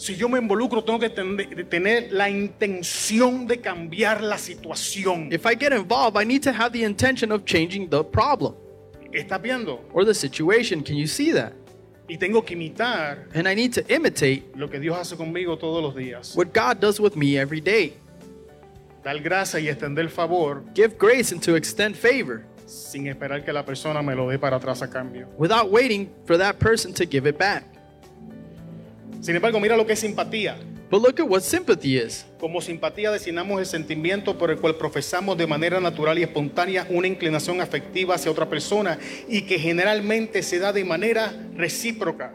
Speaker 1: Si yo me involucro, tengo que ten- de tener la intención de cambiar la situación.
Speaker 2: If I get involved, I need to have the intention of changing the problem
Speaker 1: ¿Estás viendo?
Speaker 2: or the situation. Can you see that?
Speaker 1: Y tengo que imitar
Speaker 2: And I need to imitate
Speaker 1: lo que Dios hace conmigo todos los días.
Speaker 2: what God does with me every day.
Speaker 1: Dar gracia y extender favor
Speaker 2: Give grace and to extend favor
Speaker 1: sin esperar que la persona me lo dé para atrás a cambio.
Speaker 2: without waiting for that person to give it back.
Speaker 1: Sin embargo, mira lo que es simpatía.
Speaker 2: But look at what sympathy is.
Speaker 1: Como simpatía designamos el sentimiento por el cual profesamos de manera natural y espontánea una inclinación afectiva hacia otra persona y que generalmente se da de manera recíproca.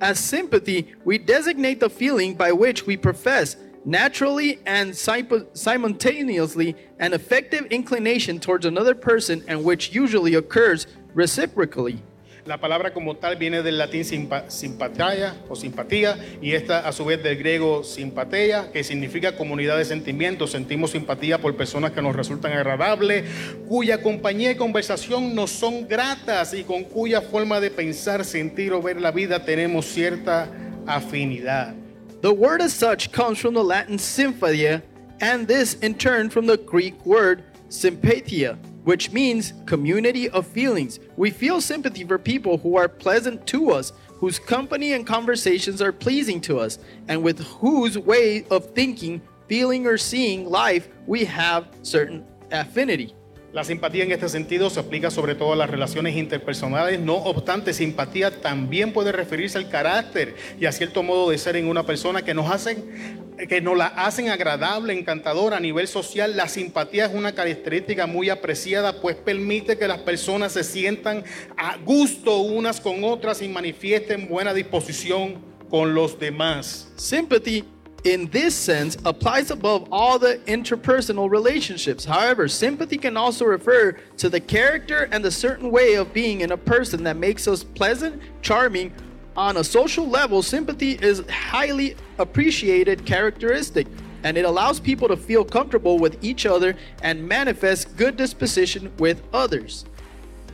Speaker 2: As sympathy, we designate the feeling by which we profess naturally and sim- simultaneously an effective inclination towards another person and which usually occurs reciprocally.
Speaker 1: La palabra como tal viene del latín simpa- simpatía o simpatía y esta a su vez del griego simpatia, que significa comunidad de sentimientos. Sentimos simpatía por personas que nos resultan agradables, cuya compañía y conversación nos son gratas y con cuya forma de pensar, sentir o ver la vida tenemos cierta afinidad.
Speaker 2: The word as such comes from the Latin sympathia, and this in turn from the Greek word sympathia, which means community of feelings. We feel sympathy for people who are pleasant to us, whose company and conversations are pleasing to us, and with whose way of thinking, feeling, or seeing life we have certain affinity.
Speaker 1: La simpatía en este sentido se aplica sobre todo a las relaciones interpersonales, no obstante, simpatía también puede referirse al carácter y a cierto modo de ser en una persona que nos hacen que nos la hacen agradable, encantadora a nivel social. La simpatía es una característica muy apreciada, pues permite que las personas se sientan a gusto unas con otras y manifiesten buena disposición con los demás.
Speaker 2: Sympathy in this sense applies above all the interpersonal relationships. However, sympathy can also refer to the character and the certain way of being in a person that makes us pleasant, charming. On a social level, sympathy is highly appreciated characteristic and it allows people to feel comfortable with each other and manifest good disposition with others.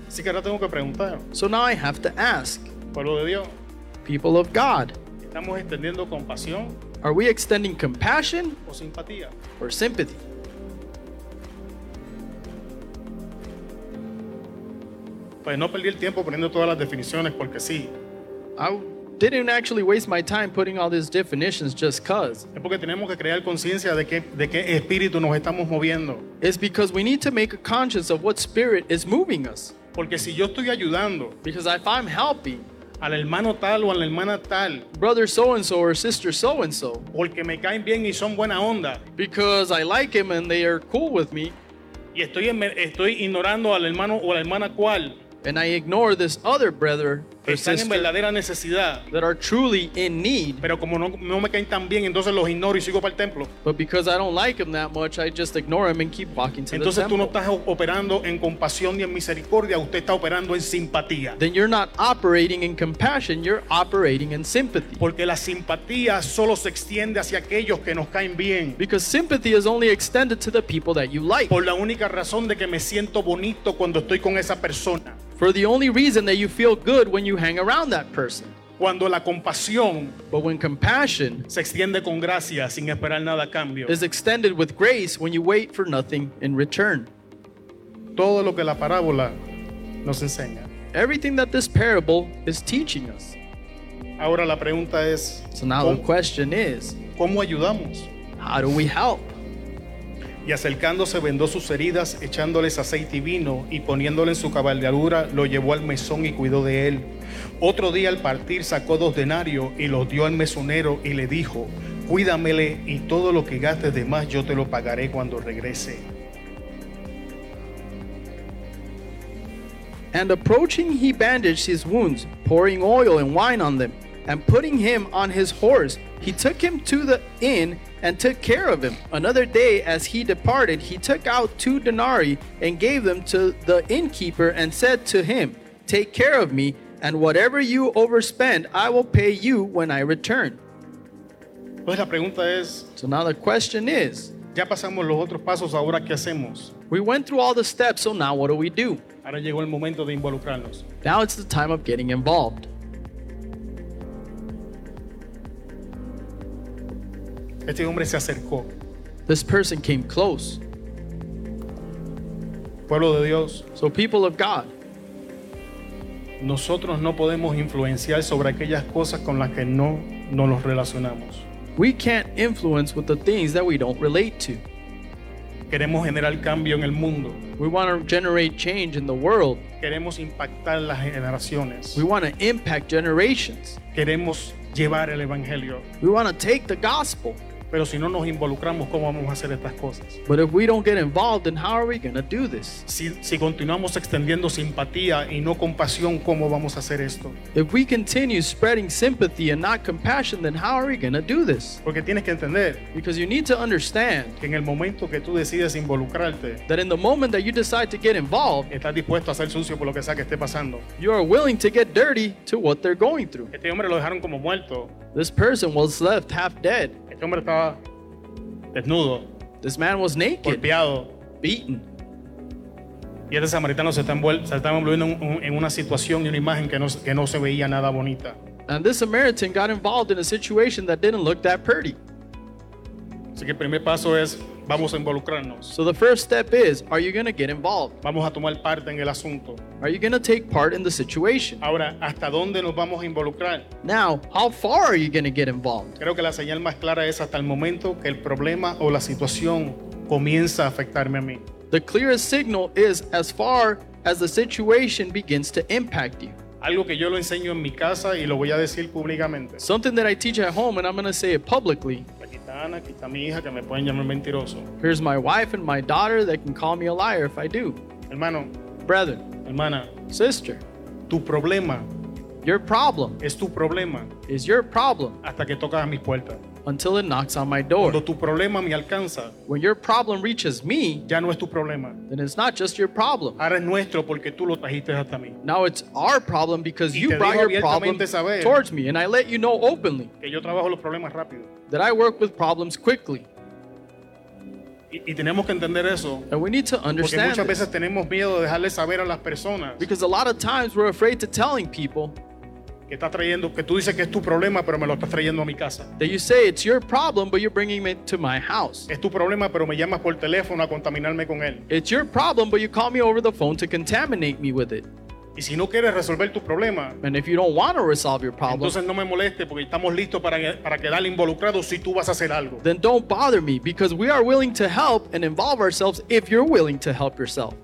Speaker 1: Así que ahora tengo que preguntar,
Speaker 2: So now I have to ask,
Speaker 1: pueblo de Dios,
Speaker 2: people of God,
Speaker 1: ¿estamos extendiendo compasión
Speaker 2: are we extending compassion
Speaker 1: o simpatía?
Speaker 2: or sympathy?
Speaker 1: Pues no perdí el tiempo poniendo todas las definiciones porque sí.
Speaker 2: I didn't actually waste my time putting all these definitions just cuz.
Speaker 1: Es porque tenemos que crear conciencia de qué, de qué espíritu nos estamos moviendo.
Speaker 2: It's because we need to make a conscience of what spirit is moving us.
Speaker 1: Porque si yo estoy ayudando
Speaker 2: Because if I'm helping
Speaker 1: al hermano tal o a la hermana tal,
Speaker 2: brother so and so or sister so and so,
Speaker 1: porque me caen bien y son buena onda,
Speaker 2: because I like him and they are cool with me,
Speaker 1: y estoy, en- estoy ignorando al hermano o a la hermana cual,
Speaker 2: and I ignore this other brother
Speaker 1: que
Speaker 2: or
Speaker 1: están en
Speaker 2: sister
Speaker 1: verdadera necesidad,
Speaker 2: that are truly in need,
Speaker 1: pero como no, no me caen tan bien, entonces los ignoro y sigo para el templo.
Speaker 2: but because I don't like him that much, I just ignore him and keep walking to the
Speaker 1: Entonces tú no
Speaker 2: temple.
Speaker 1: estás operando en compasión ni en misericordia, usted está operando en simpatía.
Speaker 2: Then you're not operating in compassion, you're operating in sympathy.
Speaker 1: Porque la simpatía solo se extiende hacia aquellos que nos caen bien.
Speaker 2: Because sympathy is only extended to the people that you like.
Speaker 1: Por la única razón de que me siento bonito cuando estoy con esa persona.
Speaker 2: for the only reason that you feel good when you hang around that person.
Speaker 1: Cuando la compasión
Speaker 2: But when compassion
Speaker 1: se extiende con gracia sin esperar nada a cambio.
Speaker 2: is extended with grace when you wait for nothing in return.
Speaker 1: todo lo que la parábola nos enseña.
Speaker 2: Everything that this parable is teaching us.
Speaker 1: Ahora la pregunta es,
Speaker 2: So now the
Speaker 1: ¿cómo,
Speaker 2: question is,
Speaker 1: cómo ayudamos?
Speaker 2: how do we help?
Speaker 1: Y acercándose vendó sus heridas, echándoles aceite y vino, y poniéndole en su cabalgadura, lo llevó al mesón y cuidó de él. Otro día al partir sacó dos denarios y los dio al mesonero y le dijo, cuídamele y todo lo que gastes de más yo te lo pagaré cuando regrese.
Speaker 2: And approaching, he bandaged his wounds, pouring oil and wine on them. And putting him on his horse, he took him to the inn and took care of him. Another day, as he departed, he took out two denarii and gave them to the innkeeper and said to him, Take care of me, and whatever you overspend, I will pay you when I return.
Speaker 1: Entonces Pues la pregunta es,
Speaker 2: So now the question is
Speaker 1: ya pasamos los otros pasos, ahora qué hacemos?
Speaker 2: we went through all the steps, so now what do we do?
Speaker 1: Ahora llegó el momento de involucrarnos.
Speaker 2: Now it's the time of getting involved.
Speaker 1: Este hombre se acercó.
Speaker 2: This person came close.
Speaker 1: Pueblo de Dios,
Speaker 2: So, people of God,
Speaker 1: nosotros no podemos influenciar sobre aquellas cosas con las que no nos los relacionamos.
Speaker 2: We can't influence with the things that we don't relate to.
Speaker 1: Queremos generar cambio en el mundo.
Speaker 2: We want to generate change in the world.
Speaker 1: Queremos impactar las generaciones.
Speaker 2: We want to impact generations.
Speaker 1: Queremos llevar el Evangelio.
Speaker 2: We want to take the gospel.
Speaker 1: Pero si no nos involucramos, ¿cómo vamos a hacer estas cosas?
Speaker 2: But if we don't get involved, then how are we going to do this?
Speaker 1: Si, si continuamos extendiendo simpatía y no compasión, ¿cómo vamos a hacer esto?
Speaker 2: If we continue spreading sympathy and not compassion, then how are we going to do this?
Speaker 1: Porque tienes que entender
Speaker 2: Because you need to understand
Speaker 1: que en el momento que tú decides involucrarte,
Speaker 2: that in the moment that you decide to get involved,
Speaker 1: estás dispuesto a ser sucio por lo que sea que esté pasando.
Speaker 2: you are willing to get dirty to what they're going through.
Speaker 1: Este hombre lo dejaron como muerto.
Speaker 2: This person was left half dead.
Speaker 1: Este hombre estaba desnudo,
Speaker 2: This man was naked,
Speaker 1: golpeado.
Speaker 2: beaten.
Speaker 1: Y este samaritano se está, envuel- se está envolviendo en, un- en una situación y una imagen que no, que no se veía nada bonita.
Speaker 2: And this Samaritan got involved in a situation that didn't look that pretty.
Speaker 1: Así que el primer paso es, vamos a involucrarnos.
Speaker 2: So the first step is are you going to get involved?
Speaker 1: Vamos a tomar parte en el asunto.
Speaker 2: Are you going to take part in the situation?
Speaker 1: Ahora, ¿hasta dónde nos vamos a involucrar?
Speaker 2: Now, how far are you going to get involved?
Speaker 1: Creo que la señal más clara es hasta el momento que el problema o la situación comienza a afectarme a mí.
Speaker 2: The clearest signal is as far as the situation begins to impact you.
Speaker 1: Algo que yo lo enseño en mi casa y lo voy a decir públicamente.
Speaker 2: Something that I teach at home and I'm going to say it publicly.
Speaker 1: Aquí está Ana, aquí está mi hija, que me pueden llamar mentiroso.
Speaker 2: Here's my wife and my daughter that can call me a liar if I do.
Speaker 1: Hermano,
Speaker 2: Brethren,
Speaker 1: hermana,
Speaker 2: sister,
Speaker 1: tu problema
Speaker 2: your problem
Speaker 1: es tu problema
Speaker 2: is your problem
Speaker 1: hasta que tocas a mis puertas.
Speaker 2: until it knocks on my door.
Speaker 1: Cuando tu problema me alcanza,
Speaker 2: When your problem reaches me,
Speaker 1: ya no es tu problema.
Speaker 2: then it's not just your problem.
Speaker 1: Ahora es nuestro porque tú lo trajiste hasta mí.
Speaker 2: Now it's our problem because
Speaker 1: Y
Speaker 2: you
Speaker 1: te
Speaker 2: brought
Speaker 1: digo
Speaker 2: your problem
Speaker 1: abiertamente, Isabel.
Speaker 2: towards me, and I let you know openly
Speaker 1: Que yo trabajo los problemas rápido.
Speaker 2: that I work with problems quickly.
Speaker 1: Y, y tenemos que entender eso.
Speaker 2: And we need to
Speaker 1: Porque
Speaker 2: understand
Speaker 1: muchas
Speaker 2: this.
Speaker 1: veces tenemos miedo de dejarle saber a las personas que
Speaker 2: because a lot of times we're afraid to telling people
Speaker 1: está trayendo, que tú dices que es tu problema, pero me lo estás trayendo a mi casa.
Speaker 2: that you say it's your problem, but you're bringing it to my house.
Speaker 1: Es tu problema, pero me llamas por teléfono a contaminarme con él.
Speaker 2: It's your problem, but you call me over the phone to contaminate me with it.
Speaker 1: Y si no quieres resolver tu problema,
Speaker 2: And if you don't want to resolve your problem,
Speaker 1: entonces no me moleste porque estamos listos para, para quedar involucrados si tú vas a hacer algo.
Speaker 2: then don't bother me because we are willing to help and involve ourselves if you're willing to help yourself.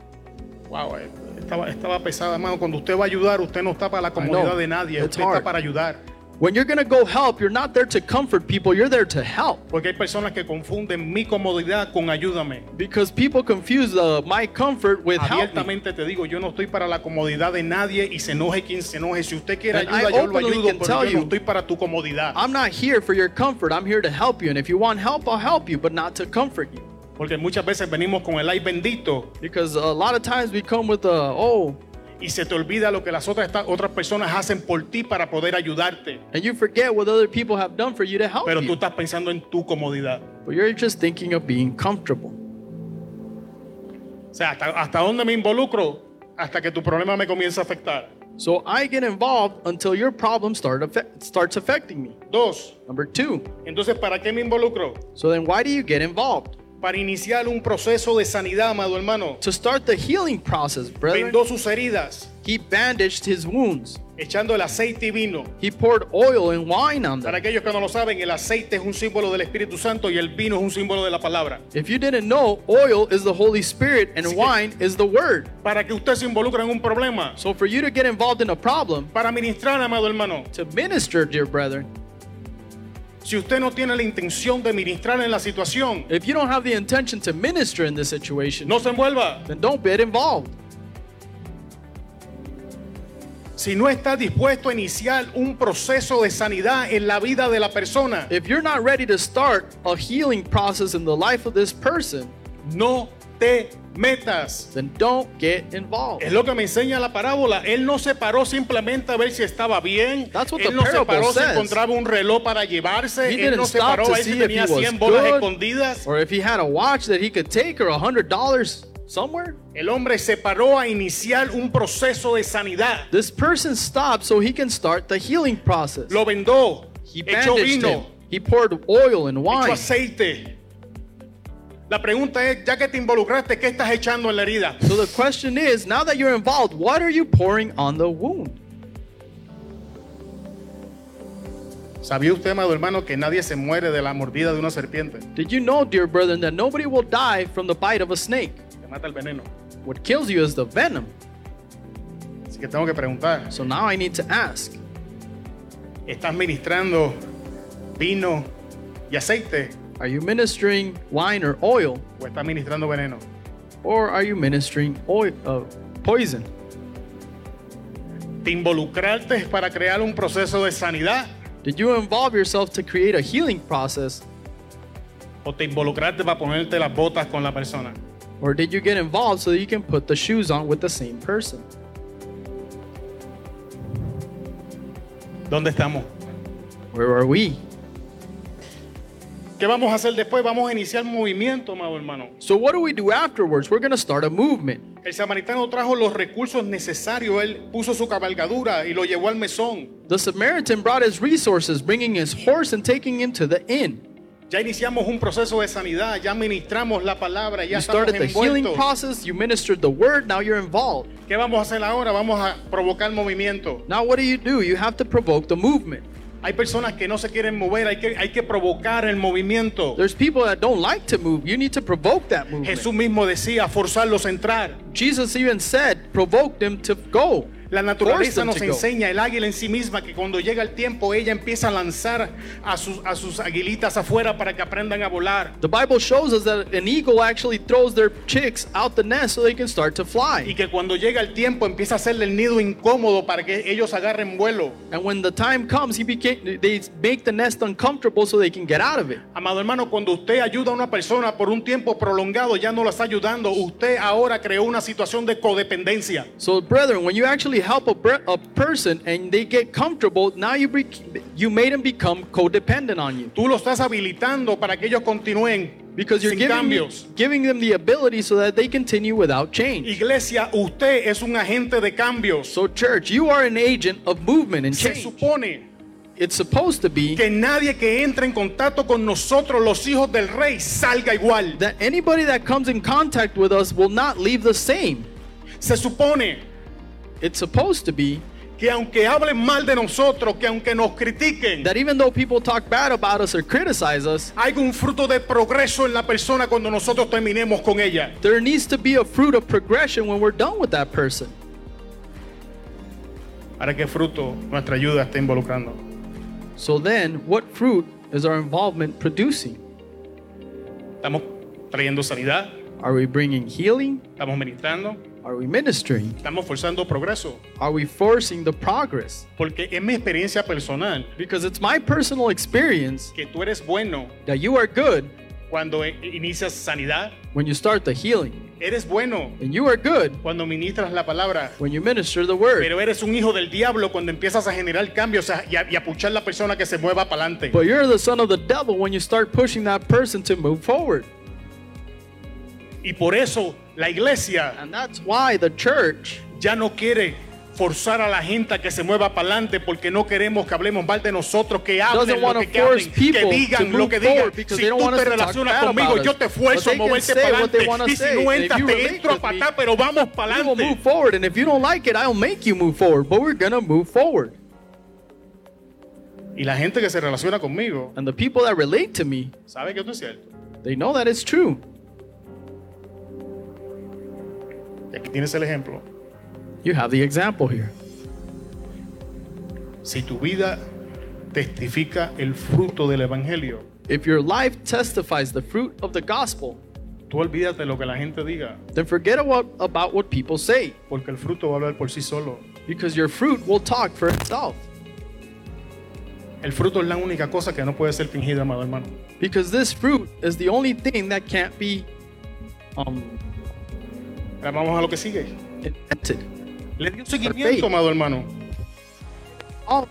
Speaker 1: Wow, eh, estaba, estaba pesada, hermano. Cuando usted va a ayudar, usted no está para la comodidad
Speaker 2: know.
Speaker 1: de nadie.
Speaker 2: It's
Speaker 1: usted
Speaker 2: hard.
Speaker 1: está para ayudar.
Speaker 2: When you're going to go help, you're not there to comfort people, you're there to help.
Speaker 1: Porque hay personas que confunden mi comodidad con ayúdame.
Speaker 2: Because people confuse the, my comfort with help. me.
Speaker 1: Abiertamente te digo, yo no estoy para la comodidad de nadie y se enoje quien se enoje. Si usted quiere
Speaker 2: And
Speaker 1: ayuda,
Speaker 2: I
Speaker 1: yo lo
Speaker 2: openly
Speaker 1: ayudo,
Speaker 2: can
Speaker 1: pero
Speaker 2: tell
Speaker 1: yo no
Speaker 2: you-
Speaker 1: estoy para tu comodidad.
Speaker 2: I'm not here for your comfort, I'm here to help you. And if you want help, I'll help you, but not to comfort you.
Speaker 1: Porque muchas veces venimos con el ay bendito
Speaker 2: Because a lot of times we come with a, oh,
Speaker 1: y se te olvida lo que las otras, esta- otras personas hacen por ti para poder ayudarte.
Speaker 2: and you forget what other people have done for you to help
Speaker 1: Pero tú
Speaker 2: you.
Speaker 1: estás pensando en tu comodidad.
Speaker 2: But you're just thinking of being comfortable.
Speaker 1: O sea, ¿hasta, hasta dónde me involucro? Hasta que tu problema me comienza a afectar.
Speaker 2: So I get involved until your problem start affect, starts affecting me.
Speaker 1: Dos,
Speaker 2: Number two.
Speaker 1: entonces, ¿para qué me involucro?
Speaker 2: So then why do you get involved?
Speaker 1: Para iniciar un proceso de sanidad, amado hermano.
Speaker 2: To start the healing process, brethren,
Speaker 1: Vendó sus heridas,
Speaker 2: he bandaged his wounds.
Speaker 1: echando el aceite y vino.
Speaker 2: He poured oil and wine on
Speaker 1: Para
Speaker 2: them.
Speaker 1: aquellos que no lo saben, el aceite es un símbolo del Espíritu Santo y el vino es un símbolo de la palabra.
Speaker 2: If you didn't know, oil is the Holy Spirit and wine is the Word.
Speaker 1: Para que usted se involucre en un problema,
Speaker 2: So for you to get involved in a problem,
Speaker 1: para ministrar, amado hermano.
Speaker 2: to minister, dear brethren,
Speaker 1: Si usted no tiene la intención de ministrar en la situación,
Speaker 2: if you don't have the intention to minister in this situation,
Speaker 1: no se envuelva.
Speaker 2: then don't get involved.
Speaker 1: Si no está dispuesto a iniciar un proceso de sanidad en la vida de la persona,
Speaker 2: If you're not ready to start a healing process in the life of this person,
Speaker 1: no te metas.
Speaker 2: then don't get involved.
Speaker 1: Es lo que me enseña la parábola. Él no se paró simplemente a ver si estaba bien.
Speaker 2: That's what the
Speaker 1: Él no se
Speaker 2: parable
Speaker 1: paró si
Speaker 2: says.
Speaker 1: encontraba un reloj para llevarse.
Speaker 2: He
Speaker 1: Él
Speaker 2: didn't
Speaker 1: no se
Speaker 2: stop
Speaker 1: paró
Speaker 2: to
Speaker 1: a ver si
Speaker 2: see if
Speaker 1: tenía
Speaker 2: he was
Speaker 1: 100 bolas
Speaker 2: good.
Speaker 1: escondidas.
Speaker 2: Or if he had a watch that he could take or a hundred dollars somewhere,
Speaker 1: El hombre se paró a iniciar un proceso de sanidad.
Speaker 2: this person stopped so he can start the healing process.
Speaker 1: Lo vendó.
Speaker 2: He
Speaker 1: echó
Speaker 2: bandaged him.
Speaker 1: vino.
Speaker 2: He poured oil and
Speaker 1: Echó
Speaker 2: wine.
Speaker 1: aceite. La pregunta es, ya que te involucraste, ¿qué estás echando en la herida?
Speaker 2: So the question is, now that you're involved, what are you pouring on the wound?
Speaker 1: ¿Sabía usted, amado hermano, que nadie se muere de la mordida de una serpiente?
Speaker 2: Did you know, dear brethren, that nobody will die from the bite of a snake?
Speaker 1: Te mata el veneno.
Speaker 2: What kills you is the venom.
Speaker 1: Así que tengo que preguntar,
Speaker 2: So now I need to ask,
Speaker 1: ¿estás ministrando vino y aceite
Speaker 2: Are you ministering wine or oil,
Speaker 1: o está ministrando veneno.
Speaker 2: or are you ministering oil, uh, poison?
Speaker 1: Te involucraste para crear un proceso de sanidad
Speaker 2: Did you involve yourself to create a healing process,
Speaker 1: o te involucraste para ponerte las botas con la persona.
Speaker 2: or did you get involved so that you can put the shoes on with the same person?
Speaker 1: ¿Dónde estamos?
Speaker 2: Where are we?
Speaker 1: ¿Qué vamos a hacer después? Vamos a iniciar movimiento, amado hermano.
Speaker 2: So, what do we do afterwards? We're going to start a movement.
Speaker 1: El samaritano trajo los recursos necesarios. Él puso su cabalgadura y lo llevó al mesón.
Speaker 2: The Samaritan brought his resources, bringing his horse and taking him to the inn.
Speaker 1: Ya iniciamos un proceso de sanidad. Ya ministramos la palabra. Ya
Speaker 2: You
Speaker 1: estamos
Speaker 2: started the healing
Speaker 1: envueltos.
Speaker 2: process, you ministered the word, now you're involved.
Speaker 1: ¿Qué vamos a hacer ahora? Vamos a provocar movimiento.
Speaker 2: Now, what do you do? You have to provoke the movement.
Speaker 1: Hay personas que no se quieren mover. Hay que, hay que provocar el movimiento.
Speaker 2: There's people that don't like to move. You need to provoke that movement.
Speaker 1: Jesús mismo decía forzarlos a entrar.
Speaker 2: Jesus even said, provoke them to go.
Speaker 1: La
Speaker 2: Force
Speaker 1: naturaleza
Speaker 2: them
Speaker 1: nos
Speaker 2: to go.
Speaker 1: enseña, el águila en sí misma, que cuando llega el tiempo ella empieza a lanzar a sus, a sus aguilitas afuera para que aprendan a volar.
Speaker 2: The Bible shows us that an eagle actually throws their chicks out the nest so they can start to
Speaker 1: Y
Speaker 2: fly.
Speaker 1: que cuando llega el tiempo empieza a hacerle el nido incómodo para que ellos agarren vuelo.
Speaker 2: And when the time comes, he became, they make the nest uncomfortable so they can get out of it.
Speaker 1: Amado hermano, cuando usted ayuda a una persona por un tiempo prolongado, ya no la está ayudando. Usted ahora creó una situación de codependencia.
Speaker 2: So, brethren, when you actually help a, bre- a person and they get comfortable, now you bec you made them become codependent on you
Speaker 1: Tú lo estás habilitando para que ellos continúen
Speaker 2: because you're
Speaker 1: sin
Speaker 2: giving me-
Speaker 1: cambios.
Speaker 2: giving them the ability so that they continue without change.
Speaker 1: Iglesia, usted es un agente de cambios.
Speaker 2: So, church, you are an agent of movement and
Speaker 1: Se
Speaker 2: change.
Speaker 1: supone
Speaker 2: It's supposed to be
Speaker 1: que nadie que entre en contacto con nosotros, los hijos del rey, salga igual.
Speaker 2: that anybody that comes in contact with us will not leave the same.
Speaker 1: Se supone
Speaker 2: It's supposed to be
Speaker 1: que aunque hablen mal de nosotros, que aunque nos critiquen,
Speaker 2: that even though people talk bad about us or criticize us,
Speaker 1: hay un fruto de progreso en la persona cuando nosotros terminemos con ella.
Speaker 2: there needs to be a fruit of progression when we're done with that person.
Speaker 1: ¿Para qué fruto nuestra ayuda está involucrando?
Speaker 2: So then, what fruit is our involvement producing?
Speaker 1: Estamos trayendo sanidad,
Speaker 2: Are we bringing healing?
Speaker 1: estamos ministrando,
Speaker 2: Are we ministering?
Speaker 1: estamos forzando progreso.
Speaker 2: Are we forcing the progress?
Speaker 1: Porque es mi experiencia personal
Speaker 2: Because it's my personal experience
Speaker 1: que tú eres bueno
Speaker 2: that you are good
Speaker 1: cuando e- inicias sanidad,
Speaker 2: when you start the healing,
Speaker 1: eres bueno
Speaker 2: and you are good
Speaker 1: cuando ministras la palabra,
Speaker 2: when you minister the word.
Speaker 1: Pero eres un hijo del diablo cuando empiezas a generar cambios a- y a, y a puchar la persona que se mueva para adelante.
Speaker 2: But you're the son of the devil when you start pushing that person to move forward.
Speaker 1: Y por eso la iglesia
Speaker 2: And that's why the church
Speaker 1: ya no quiere forzar a la gente a que se mueva para adelante porque no queremos que hablemos mal de nosotros, que hablen
Speaker 2: doesn't
Speaker 1: lo
Speaker 2: want
Speaker 1: que,
Speaker 2: to
Speaker 1: que
Speaker 2: force
Speaker 1: hablen, que
Speaker 2: people to
Speaker 1: digan lo
Speaker 2: move
Speaker 1: que digan.
Speaker 2: forward
Speaker 1: Si
Speaker 2: because they don't
Speaker 1: tú
Speaker 2: want
Speaker 1: te
Speaker 2: us to talk
Speaker 1: relacionas
Speaker 2: bad
Speaker 1: conmigo,
Speaker 2: about
Speaker 1: yo te
Speaker 2: us. But
Speaker 1: esfuerzo a
Speaker 2: they can
Speaker 1: moverte
Speaker 2: say
Speaker 1: para
Speaker 2: what they
Speaker 1: adelante.
Speaker 2: want to
Speaker 1: Y si
Speaker 2: say.
Speaker 1: no
Speaker 2: And if
Speaker 1: entras,
Speaker 2: you
Speaker 1: te
Speaker 2: relate
Speaker 1: entro a
Speaker 2: with me,
Speaker 1: patar, pero vamos para
Speaker 2: we will
Speaker 1: adelante.
Speaker 2: move forward. And if you don't like it, I'll make you move forward. But we're gonna move forward.
Speaker 1: Y la gente que se relaciona conmigo
Speaker 2: And the people that relate to me,
Speaker 1: sabe que esto es cierto.
Speaker 2: they know that it's true.
Speaker 1: Y aquí tienes el ejemplo.
Speaker 2: You have the example here.
Speaker 1: Si tu vida testifica el fruto del evangelio,
Speaker 2: If your life testifies the fruit of the gospel,
Speaker 1: Tú olvídate lo que la gente diga,
Speaker 2: then forget about, about what people say,
Speaker 1: porque el fruto va a hablar por sí solo.
Speaker 2: because your fruit will talk for itself.
Speaker 1: El fruto es la única cosa que no puede ser fingida, amado hermano.
Speaker 2: Because this fruit is the only thing that can't be um,
Speaker 1: Ahora vamos a lo que sigue.
Speaker 2: invented.
Speaker 1: Le dio
Speaker 2: Perfecto.
Speaker 1: seguimiento, amado hermano.
Speaker 2: Oh,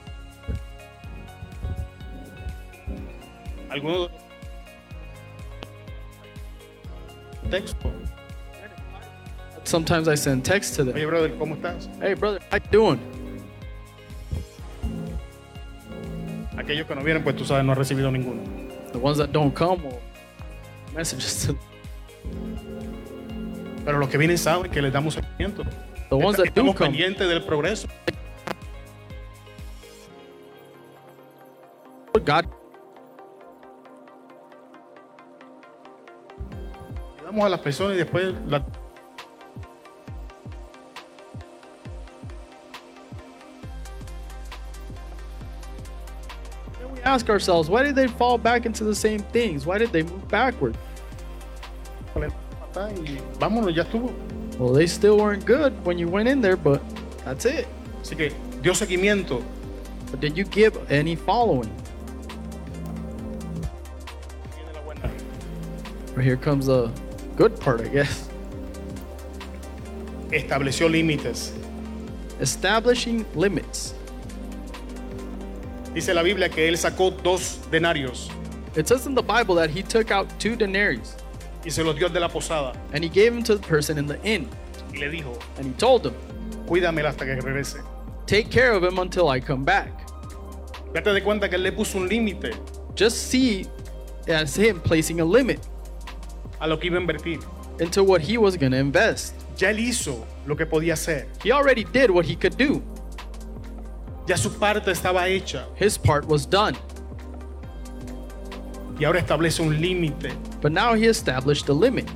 Speaker 1: Algunos texto.
Speaker 2: sometimes I send texts to them.
Speaker 1: Oye, brother, ¿cómo estás?
Speaker 2: Hey, brother, how you doing?
Speaker 1: Aquellos que no vienen, pues tú sabes, no has recibido ninguno.
Speaker 2: The ones that don't come will messages to
Speaker 1: Pero los que vienen saben que les damos seguimiento.
Speaker 2: the ones that do
Speaker 1: Estamos
Speaker 2: come.
Speaker 1: pendientes del progreso.
Speaker 2: God,
Speaker 1: Damos a las personas y después la-
Speaker 2: we ask ourselves, why did they fall back into the same things? Why did they move backward?
Speaker 1: Patán, y vámonos, ya estuvo.
Speaker 2: Well, they still weren't good when you went in there, but that's it.
Speaker 1: Así que dio seguimiento.
Speaker 2: But did you give any following?
Speaker 1: Viene la buena.
Speaker 2: Or here comes the good part, I guess.
Speaker 1: Estableció límites.
Speaker 2: Establishing limits.
Speaker 1: Dice la Biblia que él sacó dos denarios
Speaker 2: It says in the Bible that he took out two denaries
Speaker 1: y se los dio al de la posada
Speaker 2: and he gave them to the person in the inn
Speaker 1: y le dijo,
Speaker 2: and he told him,
Speaker 1: cuídamela hasta que regrese.
Speaker 2: Take care of him until I come back.
Speaker 1: Date de cuenta que él le puso un límite
Speaker 2: Just see as him placing a limit
Speaker 1: a lo que iba a invertir.
Speaker 2: into what he was going to invest.
Speaker 1: Ya él hizo lo que podía hacer.
Speaker 2: He already did what he could do,
Speaker 1: Ya su parte estaba hecha
Speaker 2: his part was done.
Speaker 1: y ahora establece un límite.
Speaker 2: But now he established a limit.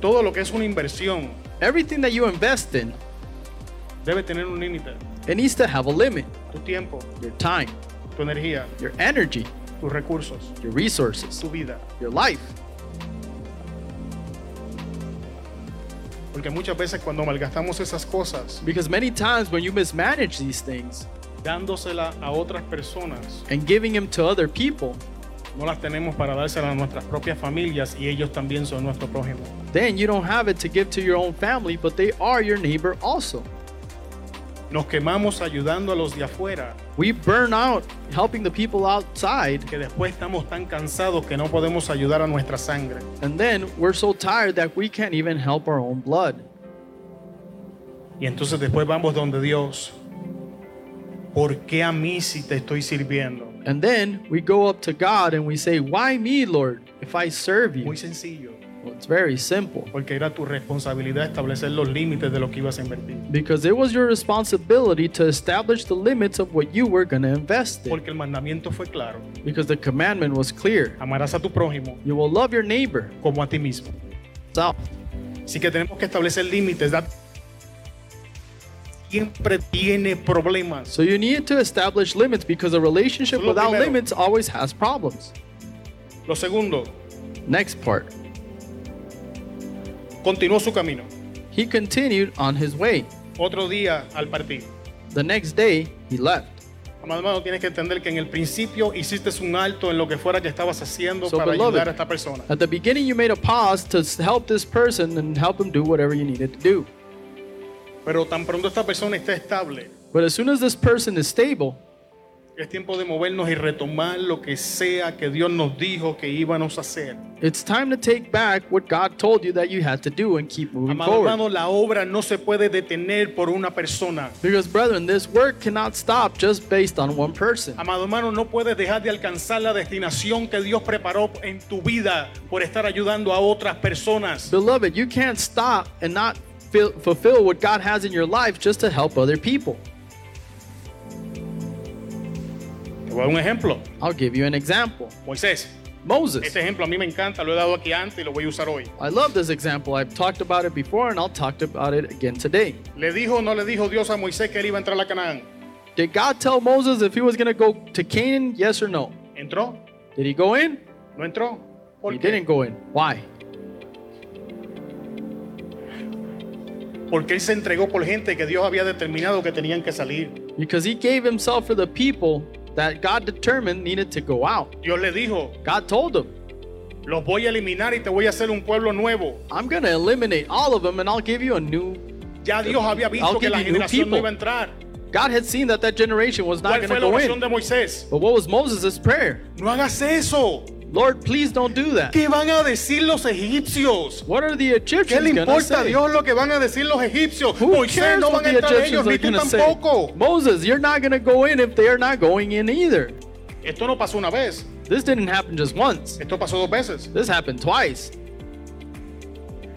Speaker 1: Todo lo que es una inversión
Speaker 2: Everything that you invest in,
Speaker 1: debe tener un límite.
Speaker 2: it needs to have a limit
Speaker 1: Tu tiempo,
Speaker 2: your time,
Speaker 1: tu energía,
Speaker 2: your energy,
Speaker 1: tus recursos,
Speaker 2: your resources,
Speaker 1: tu vida.
Speaker 2: your life.
Speaker 1: Porque muchas veces cuando malgastamos esas cosas,
Speaker 2: Because many times when you mismanage these things
Speaker 1: dándosela a otras personas,
Speaker 2: and giving them to other people,
Speaker 1: no las tenemos para dárselas a nuestras propias familias y ellos también son nuestro prójimo.
Speaker 2: then you don't have it to give to your own family, but they are your neighbor also.
Speaker 1: Nos quemamos ayudando a los de afuera,
Speaker 2: We burn out helping the people outside,
Speaker 1: que después estamos tan cansados que no podemos ayudar a nuestra sangre.
Speaker 2: and then we're so tired that we can't even help our own blood.
Speaker 1: Y entonces después vamos donde Dios. ¿Por qué a mí si te estoy sirviendo?
Speaker 2: And then we go up to God and we say, Why me, Lord, if I serve you?
Speaker 1: Muy sencillo,
Speaker 2: Well, it's very simple
Speaker 1: porque era tu responsabilidad establecer los límites de lo que ibas a invertir.
Speaker 2: because it was your responsibility to establish the limits of what you were going to invest in.
Speaker 1: Porque el mandamiento fue claro.
Speaker 2: Because the commandment was clear
Speaker 1: Amarás a tu prójimo
Speaker 2: you will love your neighbor.
Speaker 1: como a ti mismo.
Speaker 2: So,
Speaker 1: Así que tenemos que establecer límites. da- Siempre tiene problemas.
Speaker 2: so you need to establish limits because a relationship
Speaker 1: Solo
Speaker 2: without
Speaker 1: primero.
Speaker 2: limits always has problems.
Speaker 1: Lo segundo,
Speaker 2: Next part.
Speaker 1: continuó su camino.
Speaker 2: He continued on his way.
Speaker 1: Otro día al partir.
Speaker 2: The next day, he left.
Speaker 1: Amado hermano, tienes que entender que en el principio hiciste un alto en lo que fuera que estabas haciendo
Speaker 2: So,
Speaker 1: para ayudar
Speaker 2: beloved,
Speaker 1: a esta persona.
Speaker 2: At the beginning, you made a pause to s- help this person and help him do whatever you needed to do.
Speaker 1: Pero tan pronto esta persona está estable,
Speaker 2: But as soon as this person is stable,
Speaker 1: es tiempo de movernos y retomar lo que sea que Dios nos dijo que íbamos a hacer.
Speaker 2: it's time to take back what God told you that you had to do and keep moving
Speaker 1: Amado
Speaker 2: forward.
Speaker 1: hermano, la obra no se puede detener por una persona.
Speaker 2: Because, brethren, this work cannot stop just based on one person.
Speaker 1: Amado hermano, no puedes dejar de alcanzar la destinación que Dios preparó en tu vida por estar ayudando a otras personas.
Speaker 2: Beloved, you can't stop and not fil- fulfill what God has in your life just to help other people.
Speaker 1: Te voy a dar un ejemplo.
Speaker 2: I'll give you an example
Speaker 1: Moisés,
Speaker 2: Moses.
Speaker 1: este ejemplo a mí me encanta, lo he dado aquí antes y lo voy a usar hoy.
Speaker 2: I love this example. I've talked about it before and I'll talk about it again today.
Speaker 1: ¿Le dijo o no le dijo Dios a Moisés que él iba a entrar a Canaán?
Speaker 2: Did God tell Moses if he was going to go to Canaan? Yes or no?
Speaker 1: ¿Entró?
Speaker 2: Did he go in?
Speaker 1: ¿No entró?
Speaker 2: he
Speaker 1: ¿Por
Speaker 2: didn't
Speaker 1: qué?
Speaker 2: go in. Why?
Speaker 1: Porque él se entregó por gente que Dios había determinado que tenían que salir.
Speaker 2: Because he gave himself for the people that God determined needed to go out.
Speaker 1: Dios le dijo,
Speaker 2: God told him,
Speaker 1: los voy a eliminar y te voy a hacer un pueblo nuevo.
Speaker 2: I'm going to eliminate all of them and I'll give you a new.
Speaker 1: Ya Dios había visto
Speaker 2: I'll
Speaker 1: que
Speaker 2: give
Speaker 1: la
Speaker 2: you new
Speaker 1: generación no
Speaker 2: people.
Speaker 1: iba a entrar.
Speaker 2: God had seen that that generation was not
Speaker 1: ¿Cuál
Speaker 2: going
Speaker 1: fue
Speaker 2: to
Speaker 1: la
Speaker 2: go
Speaker 1: oración
Speaker 2: in.
Speaker 1: de Moisés?
Speaker 2: But what was Moses' prayer?
Speaker 1: No hagas eso.
Speaker 2: Lord, please don't do that.
Speaker 1: ¿Qué van a decir los egipcios?
Speaker 2: What are
Speaker 1: ¿Qué
Speaker 2: the
Speaker 1: le
Speaker 2: Egyptians going to
Speaker 1: importa a
Speaker 2: say?
Speaker 1: Dios lo que van a decir los egipcios?
Speaker 2: Who
Speaker 1: Moisés
Speaker 2: cares
Speaker 1: no
Speaker 2: what
Speaker 1: van a
Speaker 2: the
Speaker 1: entrar ellos,
Speaker 2: Egyptians
Speaker 1: ni tú
Speaker 2: are going to say?
Speaker 1: tampoco.
Speaker 2: Moses, you're not going to go in if they are not going in either.
Speaker 1: Esto no pasó una vez,
Speaker 2: This didn't happen just once.
Speaker 1: esto pasó dos veces.
Speaker 2: This happened twice.